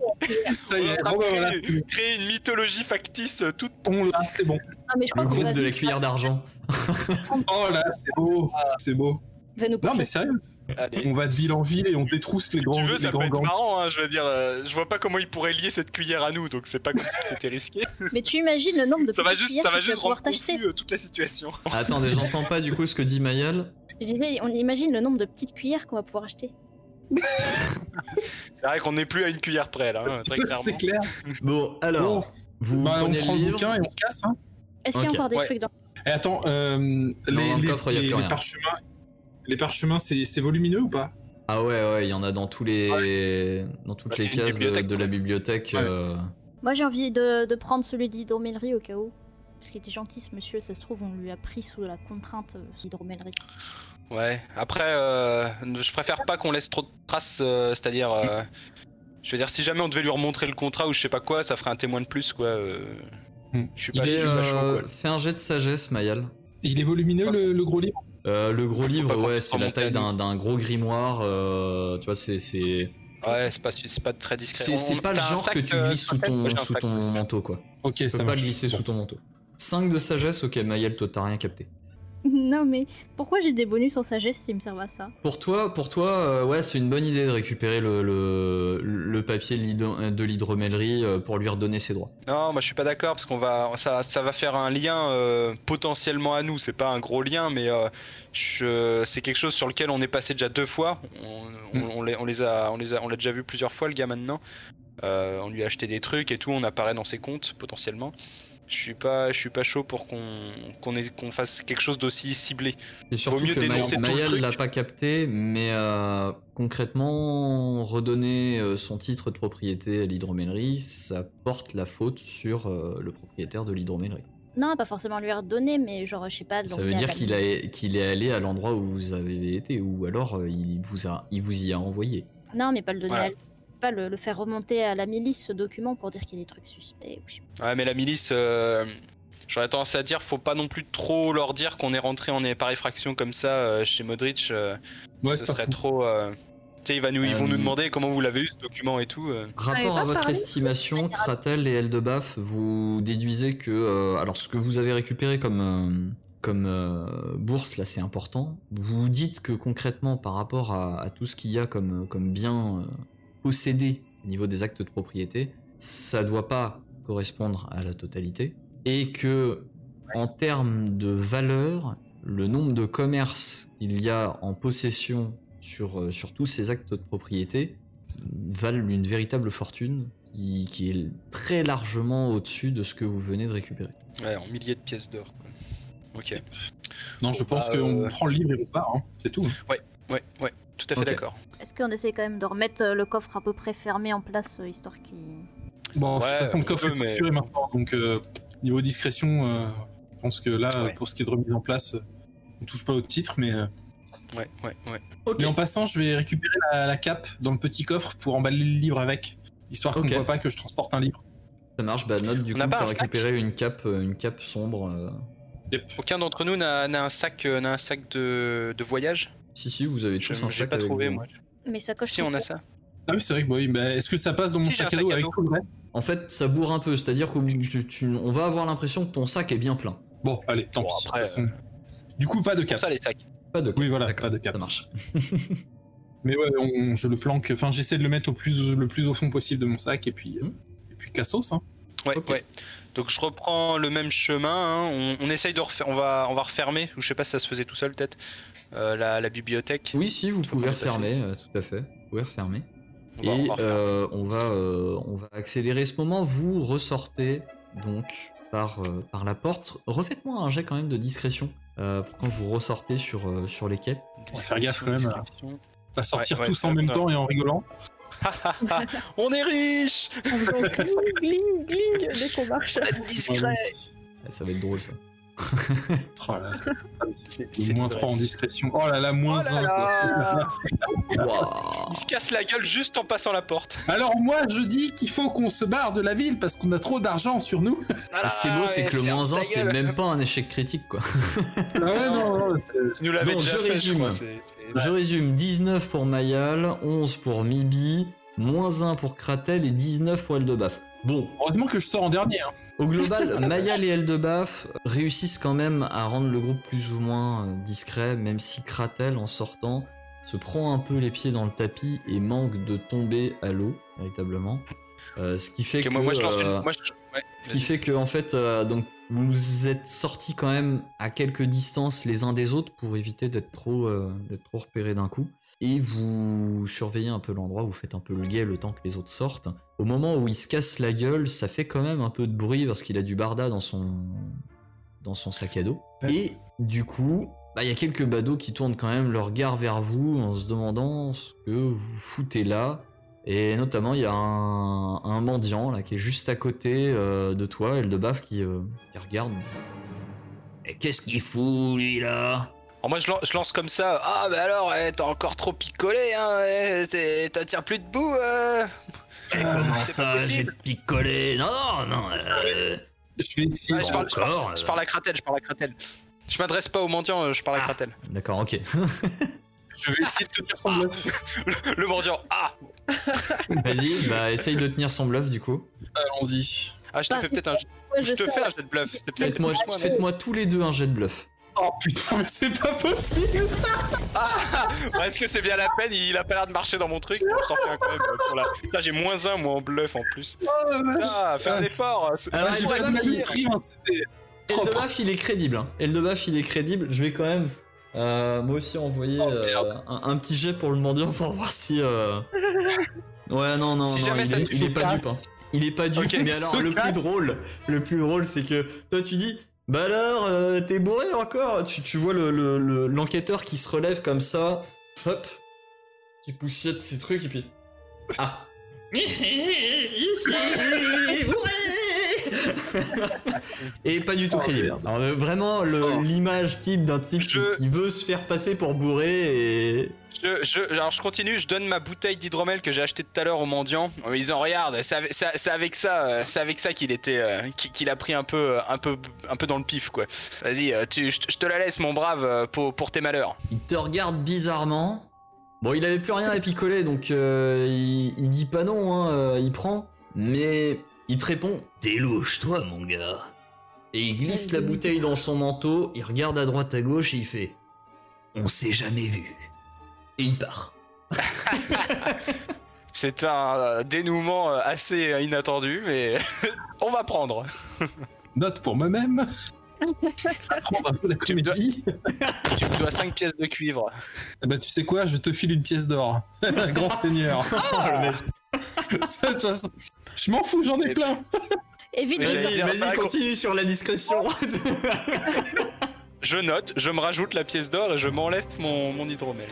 S5: Ça y
S2: On est
S5: est.
S2: en train
S5: Bon bah
S2: de
S5: voilà.
S2: créer- créer une mythologie factice euh, toute.
S5: On l'a, c'est bon.
S3: Ah, mais je crois
S1: Le
S3: qu'on
S1: groupe
S3: va
S1: de la
S3: vite
S1: cuillère d'argent.
S2: Ah.
S5: Oh là, c'est beau, c'est beau.
S3: Va nous
S5: Non,
S3: parler.
S5: mais sérieux,
S2: Allez.
S5: on va de ville en ville et on détrousse les
S2: Si
S5: grands,
S2: tu veux,
S5: les
S2: ça peut
S5: grands
S2: être
S5: gangs.
S2: marrant, hein, je veux dire, euh, je vois pas comment ils pourraient lier cette cuillère à nous, donc c'est pas comme si c'était risqué.
S3: Mais tu imagines le nombre de
S2: ça va
S3: petites
S2: juste,
S3: cuillères
S2: ça va
S3: que tu
S2: juste
S3: vas pouvoir
S2: rendre
S3: t'acheter.
S2: confus euh, toute la situation.
S1: Attendez, j'entends pas du coup ce que dit Mayal.
S3: Je disais, on imagine le nombre de petites cuillères qu'on va pouvoir acheter.
S2: C'est vrai qu'on n'est plus à une cuillère près, là, hein, très clairement.
S5: C'est clair.
S1: Bon, alors,
S2: Oh.
S1: vous
S5: Bah, on
S1: prenez
S5: prend
S1: le
S5: le
S1: livre.
S5: bouquin et on se casse. Hein.
S3: Est-ce qu'il y a
S1: Ok.
S3: encore des
S2: Ouais.
S3: trucs dans
S5: Et attends, euh, les,
S1: dans le
S5: les-
S1: coffre, y a
S5: les-
S1: plus
S5: les
S1: rien.
S5: parchemins, les parchemins, c'est c'est volumineux ou pas
S1: Ah ouais, ouais, il y en a dans tous les, dans toutes
S2: Ah
S1: les
S2: Bah, c'est une
S1: cases de,
S2: bibliothèque,
S1: de la
S2: quoi. Bah,
S1: bibliothèque.
S5: Ouais.
S1: euh,
S3: Moi, j'ai envie de, de prendre celui de l'hydromellerie au cas où. Parce qu'il était gentil, ce monsieur, ça se trouve, on lui a pris sous la contrainte euh, l'hydromellerie.
S2: Ouais, après, euh, je préfère pas qu'on laisse trop de traces, euh, c'est-à-dire. euh, je veux dire, si jamais on devait lui remontrer le contrat ou je sais pas quoi, ça ferait un témoin de plus, quoi. euh,
S5: Hmm.
S2: Je suis
S1: Il
S2: pas, je
S1: est,
S2: suis pas chaud,
S1: euh,
S2: quoi.
S1: fait un jet de sagesse, Mayal.
S5: Il est volumineux le, le gros livre
S1: Euh, le gros
S2: Faut pas
S1: livre,
S2: qu'on
S1: ouais, c'est la
S2: remonte
S1: taille
S2: à
S1: d'un d'un gros grimoire. euh, tu vois, c'est c'est
S2: Ouais, c'est pas, c'est pas très discret.
S1: c'est-
S2: On-
S1: c'est pas le
S2: t'as un
S1: genre
S2: sac,
S1: que tu
S2: euh,
S1: glisses sous
S2: sac Moi,
S1: ton
S2: j'ai un
S1: sous
S2: sac.
S1: ton manteau, quoi.
S5: Ok,
S1: Tu
S5: ça
S1: peux pas
S5: marche.
S1: le glisser
S5: Bon.
S1: sous ton manteau. 5 de sagesse, ok, Mayal, toi t'as rien capté.
S3: non, mais pourquoi j'ai des bonus en sagesse s'ils me servent à ça
S1: Pour toi, pour toi, euh, ouais, c'est une bonne idée de récupérer le, le, le papier de l'hydro- de l'hydromellerie euh, pour lui redonner ses droits.
S2: Non, moi je suis pas d'accord parce qu'on va, ça, ça va faire un lien euh, potentiellement à nous. C'est pas un gros lien, mais euh, je- c'est quelque chose sur lequel on est passé déjà deux fois. On, on- on les, on les a, on les a, on l'a déjà vu plusieurs fois le gars maintenant. Euh, on lui a acheté des trucs et tout. On apparaît dans ses comptes potentiellement. Je suis pas, je suis pas chaud pour qu'on, qu'on ait- qu'on fasse quelque chose d'aussi ciblé.
S1: C'est surtout
S2: Vaut mieux
S1: que Ma-
S2: dénoncer tout le
S1: Mayal
S2: truc.
S1: l'a pas capté, mais euh, concrètement, redonner euh, son titre de propriété à l'hydromellerie, ça porte la faute sur euh, le propriétaire de l'hydromellerie.
S3: Non, pas forcément lui redonner, mais genre, je sais pas.
S1: Ça
S3: l'emmener
S1: veut
S3: à
S1: dire
S3: la-
S1: qu'il a- qu'il est allé à l'endroit où vous avez été, ou alors euh, il, vous a, il vous y a envoyé.
S3: Non, mais pas le donner
S2: Voilà.
S3: à lui. Pas le, le faire remonter à la milice ce document pour dire qu'il y a des trucs suspects. ou je sais pas.
S2: Ouais, mais la milice, euh, j'aurais tendance à dire, faut pas non plus trop leur dire qu'on est rentré en par effraction comme ça euh, chez Modric. euh,
S5: Ouais,
S2: ce
S5: c'est pas
S2: serait
S5: fou.
S2: trop. euh, Tu sais, il va nous- ils vont
S1: Euh,
S2: nous demander comment vous l'avez eu ce document et tout. euh.
S6: avait
S1: Rapport
S6: pas
S1: à votre
S6: parlé de
S1: estimation, Kratel et Eldebaf, vous déduisez que. euh, alors, ce que vous avez récupéré comme, euh, comme euh, bourse, là, c'est important. Vous vous dites que concrètement, par rapport à, à tout ce qu'il y a comme, comme bien euh, possédé au niveau des actes de propriété, ça doit pas correspondre à la totalité. Et que, en termes de valeur, le nombre de commerces qu'il y a en possession sur, euh, sur tous ces actes de propriété valent une véritable fortune qui, qui est très largement au-dessus de ce que vous venez de récupérer.
S2: Ouais, en milliers de pièces d'or. quoi. Ok.
S5: Non, je pense
S2: Bah,
S5: qu'on
S2: euh,
S5: prend le livre et on se barre. hein. C'est tout.
S2: Ouais, ouais, tout à fait
S1: Ok.
S2: d'accord.
S3: Est-ce qu'on essaie quand même de remettre euh, le coffre à peu près fermé en place, euh, histoire qu'il.
S5: Bon, de
S2: Ouais,
S5: toute façon, le
S2: on
S5: coffre
S2: peut,
S5: est
S2: mais-
S5: capturé maintenant. Donc, euh, niveau discrétion, euh, je pense que là, euh,
S2: Ouais.
S5: pour ce qui est de remise en place, euh, on touche pas au titre. Mais, euh,
S2: Ouais, ouais, ouais.
S5: mais en passant, je vais récupérer la, la cape dans le petit coffre pour emballer le livre avec. Histoire
S1: Ok.
S5: qu'on voit pas que je transporte un livre.
S1: Ça marche, bah note du
S2: On
S1: coup,
S2: n'a pas
S1: t'as
S2: un sac
S1: récupéré une cape, euh, une cape sombre. euh.
S2: Aucun d'entre nous n'a n'a un sac, euh, n'a un sac de, de voyage.
S1: Si, si, vous avez
S2: Je
S1: tous un
S2: j'ai
S1: sac
S2: pas
S1: avec
S2: trouvé
S1: vous.
S2: moi.
S3: Mais ça coche.
S2: Si
S3: tout.
S2: on a ça.
S5: Ah oui, c'est vrai que bah oui, bah, est-ce que ça passe dans mon
S2: Si, j'ai
S5: sac
S2: un
S5: à dos
S2: sac à
S5: avec
S2: dos.
S5: tout le reste
S1: En fait, ça bourre un peu, c'est-à-dire qu'on tu- tu- on va avoir l'impression que ton sac est bien plein.
S5: Bon, allez, tant
S2: Bon,
S5: pis. de
S2: après,
S5: toute façon. Du coup, pas de
S2: Pour
S5: cape.
S2: ça les sacs.
S1: Pas de cape.
S5: Oui, voilà,
S1: D'accord,
S5: pas de cape.
S1: Ça marche.
S5: Mais ouais, on- je le planque. Enfin, j'essaie de le mettre au plus, le plus au fond possible de mon sac et puis, euh,
S2: Mmh.
S5: et puis cassos. Hein.
S2: Ouais,
S1: Ok.
S2: ouais. Donc je reprends le même chemin. hein. On, on essaye de refaire. On va, on va refermer. Ou je sais pas si ça se faisait tout seul peut-être. euh, la, la bibliothèque.
S1: Oui, si, vous pouvez
S2: pas dépasser.
S1: refermer, euh, tout à fait. Vous pouvez refermer.
S2: On
S1: Et
S2: va- on va refermer.
S1: euh, on, va, euh, on va accélérer ce moment. Vous ressortez donc par, euh, par la porte. Refaites-moi un jet quand même de discrétion euh, pour quand vous ressortez sur, euh, sur les quais.
S5: On va faire gaffe quand même, là.
S2: Description.
S5: On va sortir
S2: Ouais, ouais,
S5: tous en
S2: ça
S5: même
S2: va.
S5: temps et en rigolant.
S2: on est riche.
S6: En faisant gling, gling, gling dès qu'on marche.
S2: Discret.
S1: Ah, Ça va être drôle ça.
S5: Oh là là,
S2: C'est-
S5: le
S2: c'est
S5: moins
S2: vrai.
S5: 3 en discrétion. Oh là là, moins
S2: Oh là
S5: 1.
S2: là.
S1: Waouh.
S2: Il se casse la gueule juste en passant la porte.
S5: Alors moi, je dis qu'il faut qu'on se barre de la ville parce qu'on a trop d'argent sur nous.
S2: Voilà,
S1: Ce qui est beau, c'est que le
S2: Ah, ouais,
S1: moins
S2: ferme
S1: 1,
S2: ta
S1: c'est
S2: gueule.
S1: même pas un échec critique quoi.
S5: Ah ouais, non, non, c'est-
S2: Tu nous l'avais
S1: Donc,
S2: déjà
S1: je
S2: fait,
S1: résume.
S2: crois, c'est- c'est-
S1: Je résume 19 pour Mayal, 11 pour Mibi, moins 1 pour Kratel et 19 pour Eldebaf. Bon,
S5: Heureusement que je sors en dernier. hein.
S1: Au global, Mayal et Eldebaf réussissent quand même à rendre le groupe plus ou moins euh, discret, même si Kratel, en sortant, se prend un peu les pieds dans le tapis et manque de tomber à l'eau, véritablement. Euh, ce qui fait que.
S2: Ok, moi, moi, je lance
S1: euh,
S2: une. Moi, je- ouais,
S1: ce
S2: vas-y.
S1: qui fait que, en fait, euh, donc, vous êtes sortis quand même à quelques distances les uns des autres pour éviter d'être trop, euh, d'être trop repérés d'un coup. Et vous surveillez un peu l'endroit, vous faites un peu le guet le temps que les autres sortent. Au moment où il se casse la gueule, ça fait quand même un peu de bruit parce qu'il a du barda dans son, dans son sac à dos. Et du coup, bah, il y a quelques badauds qui tournent quand même leur regard vers vous en se demandant ce que vous foutez là. Et notamment, il y a un, un mendiant là qui est juste à côté euh, de toi, Eldebaf, qui, euh, qui regarde. Et qu'est-ce qu'il fout lui là
S2: Alors, moi, je lan- je lance comme ça. Ah, bah alors, eh, t'as encore trop picolé, hein. eh, t'es- T'en tires plus debout. Euh...
S1: Comment
S2: c'est
S1: ça
S2: pas
S1: J'ai
S2: possible.
S1: picolé Non, non, non euh,
S5: Je vais essayer.
S2: Ouais, je, parle, je parle-
S1: encore, euh.
S2: je parle à Kratel, je parle à Kratel. Je m'adresse pas au mendiant, euh, je parle à
S1: Ah.
S2: Kratel.
S1: D'accord, ok.
S5: Je vais essayer de tenir son bluff.
S2: Le mendiant, ah
S1: Vas-y, bah essaye de tenir son bluff du coup.
S5: Allons-y.
S2: Ah, je te
S3: Bah,
S2: fais peut-être un.
S3: Ouais,
S2: Je te
S3: sais.
S2: fais un jet de bluff. c'est peut-être
S1: Faites-moi
S2: plus moi, mais-
S1: faites-moi tous les deux un jet de bluff.
S5: Oh putain, mais c'est pas possible
S2: Ah Bah, Est-ce que c'est bien la peine Il a pas l'air de marcher dans mon truc. Bon, je t'en fais un quand même. euh, Pour la... Putain, j'ai moins un, moi, en bluff en plus.
S5: Oh, vache.
S2: Ah, fais un effort. euh, ce-
S1: Alors,
S5: Ah, J'ai
S1: il
S5: pas
S1: va
S5: de
S1: pas finir.
S5: manuscrit, hein, c'était propre.
S1: Eldebaf, il est crédible. hein. Eldebaf, il est crédible. Je vais quand même, euh, moi aussi, envoyer
S5: Oh,
S1: euh, un, un petit jet pour le mendiant pour voir si. euh, Ouais, non, non,
S2: Si
S1: non,
S2: jamais
S1: il,
S2: ça
S1: est,
S2: te
S1: il est pas
S5: casse.
S1: dupe. hein. Il est pas dupe.
S2: Ok,
S1: mais
S5: se
S1: alors, le plus
S5: casse.
S1: drôle, le plus drôle, c'est que toi, tu dis. Bah alors, euh, t'es bourré encore tu, tu vois l'enquêteur le, le, l'enquêteur qui se relève comme ça, hop, qui poussiette ses trucs et puis. Ah Et pas du tout
S5: Oh,
S1: crédible.
S5: merde.
S1: Alors, euh, vraiment le-
S5: Oh.
S1: l'image type d'un type qui-
S2: Je-
S1: qui veut se faire passer pour bourré et.
S2: Je, je- alors je continue, je donne ma bouteille d'hydromel que j'ai acheté tout à l'heure au mendiant. Euh, Ils en regardent, c'est avec, c'est- c'est avec ça, euh, c'est avec ça qu'il était, euh, qu'il qu'il a pris un peu, euh, un peu, un peu dans le pif quoi. Vas-y, euh, tu- je te- je te la laisse mon brave euh, pour, pour tes malheurs.
S1: Il te regarde bizarrement. Bon, il avait plus rien à picoler, donc euh, il, il dit pas non, hein, euh, il prend. Mais il te répond T'es louche, toi, mon gars. Et il glisse la bouteille dans son manteau, il regarde à droite, à gauche et il fait On s'est jamais vu. Et il part.
S2: C'est un euh, dénouement euh, assez euh, inattendu, mais on va prendre.
S5: Note pour moi-même. Apprendre un peu la
S2: Tu me dois-
S5: comédie.
S2: Tu me dois 5 pièces de cuivre.
S5: Ah bah tu sais quoi, je te file une pièce d'or. Grand seigneur. Oh, De toute façon, je m'en fous, j'en ai plein.
S3: Évite
S2: Mais
S3: de
S2: j'allais
S3: sortir.
S2: dire ça, quoi.
S1: continue sur la discrétion.
S2: Je note, je me rajoute la pièce d'or et je m'enlève mon, mon hydromel.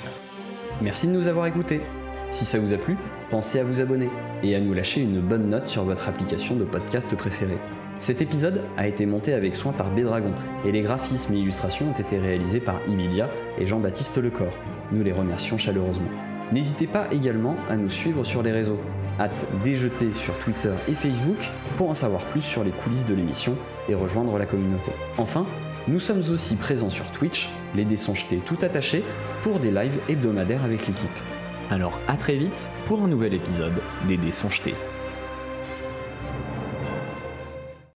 S7: Merci de nous avoir écoutés. Si ça vous a plu, pensez à vous abonner et à nous lâcher une bonne note sur votre application de podcast préférée. Cet épisode a été monté avec soin par Bédragon et les graphismes et illustrations ont été réalisés par Emilia et Jean-Baptiste Lecor. Nous les remercions chaleureusement. N'hésitez pas également à nous suivre sur les réseaux, hâte déjeter sur Twitter et Facebook pour en savoir plus sur les coulisses de l'émission et rejoindre la communauté. Enfin, nous sommes aussi présents sur Twitch, les dés sont jetés tout attachés pour des lives hebdomadaires avec l'équipe. Alors à très vite pour un nouvel épisode des dés sont jetés.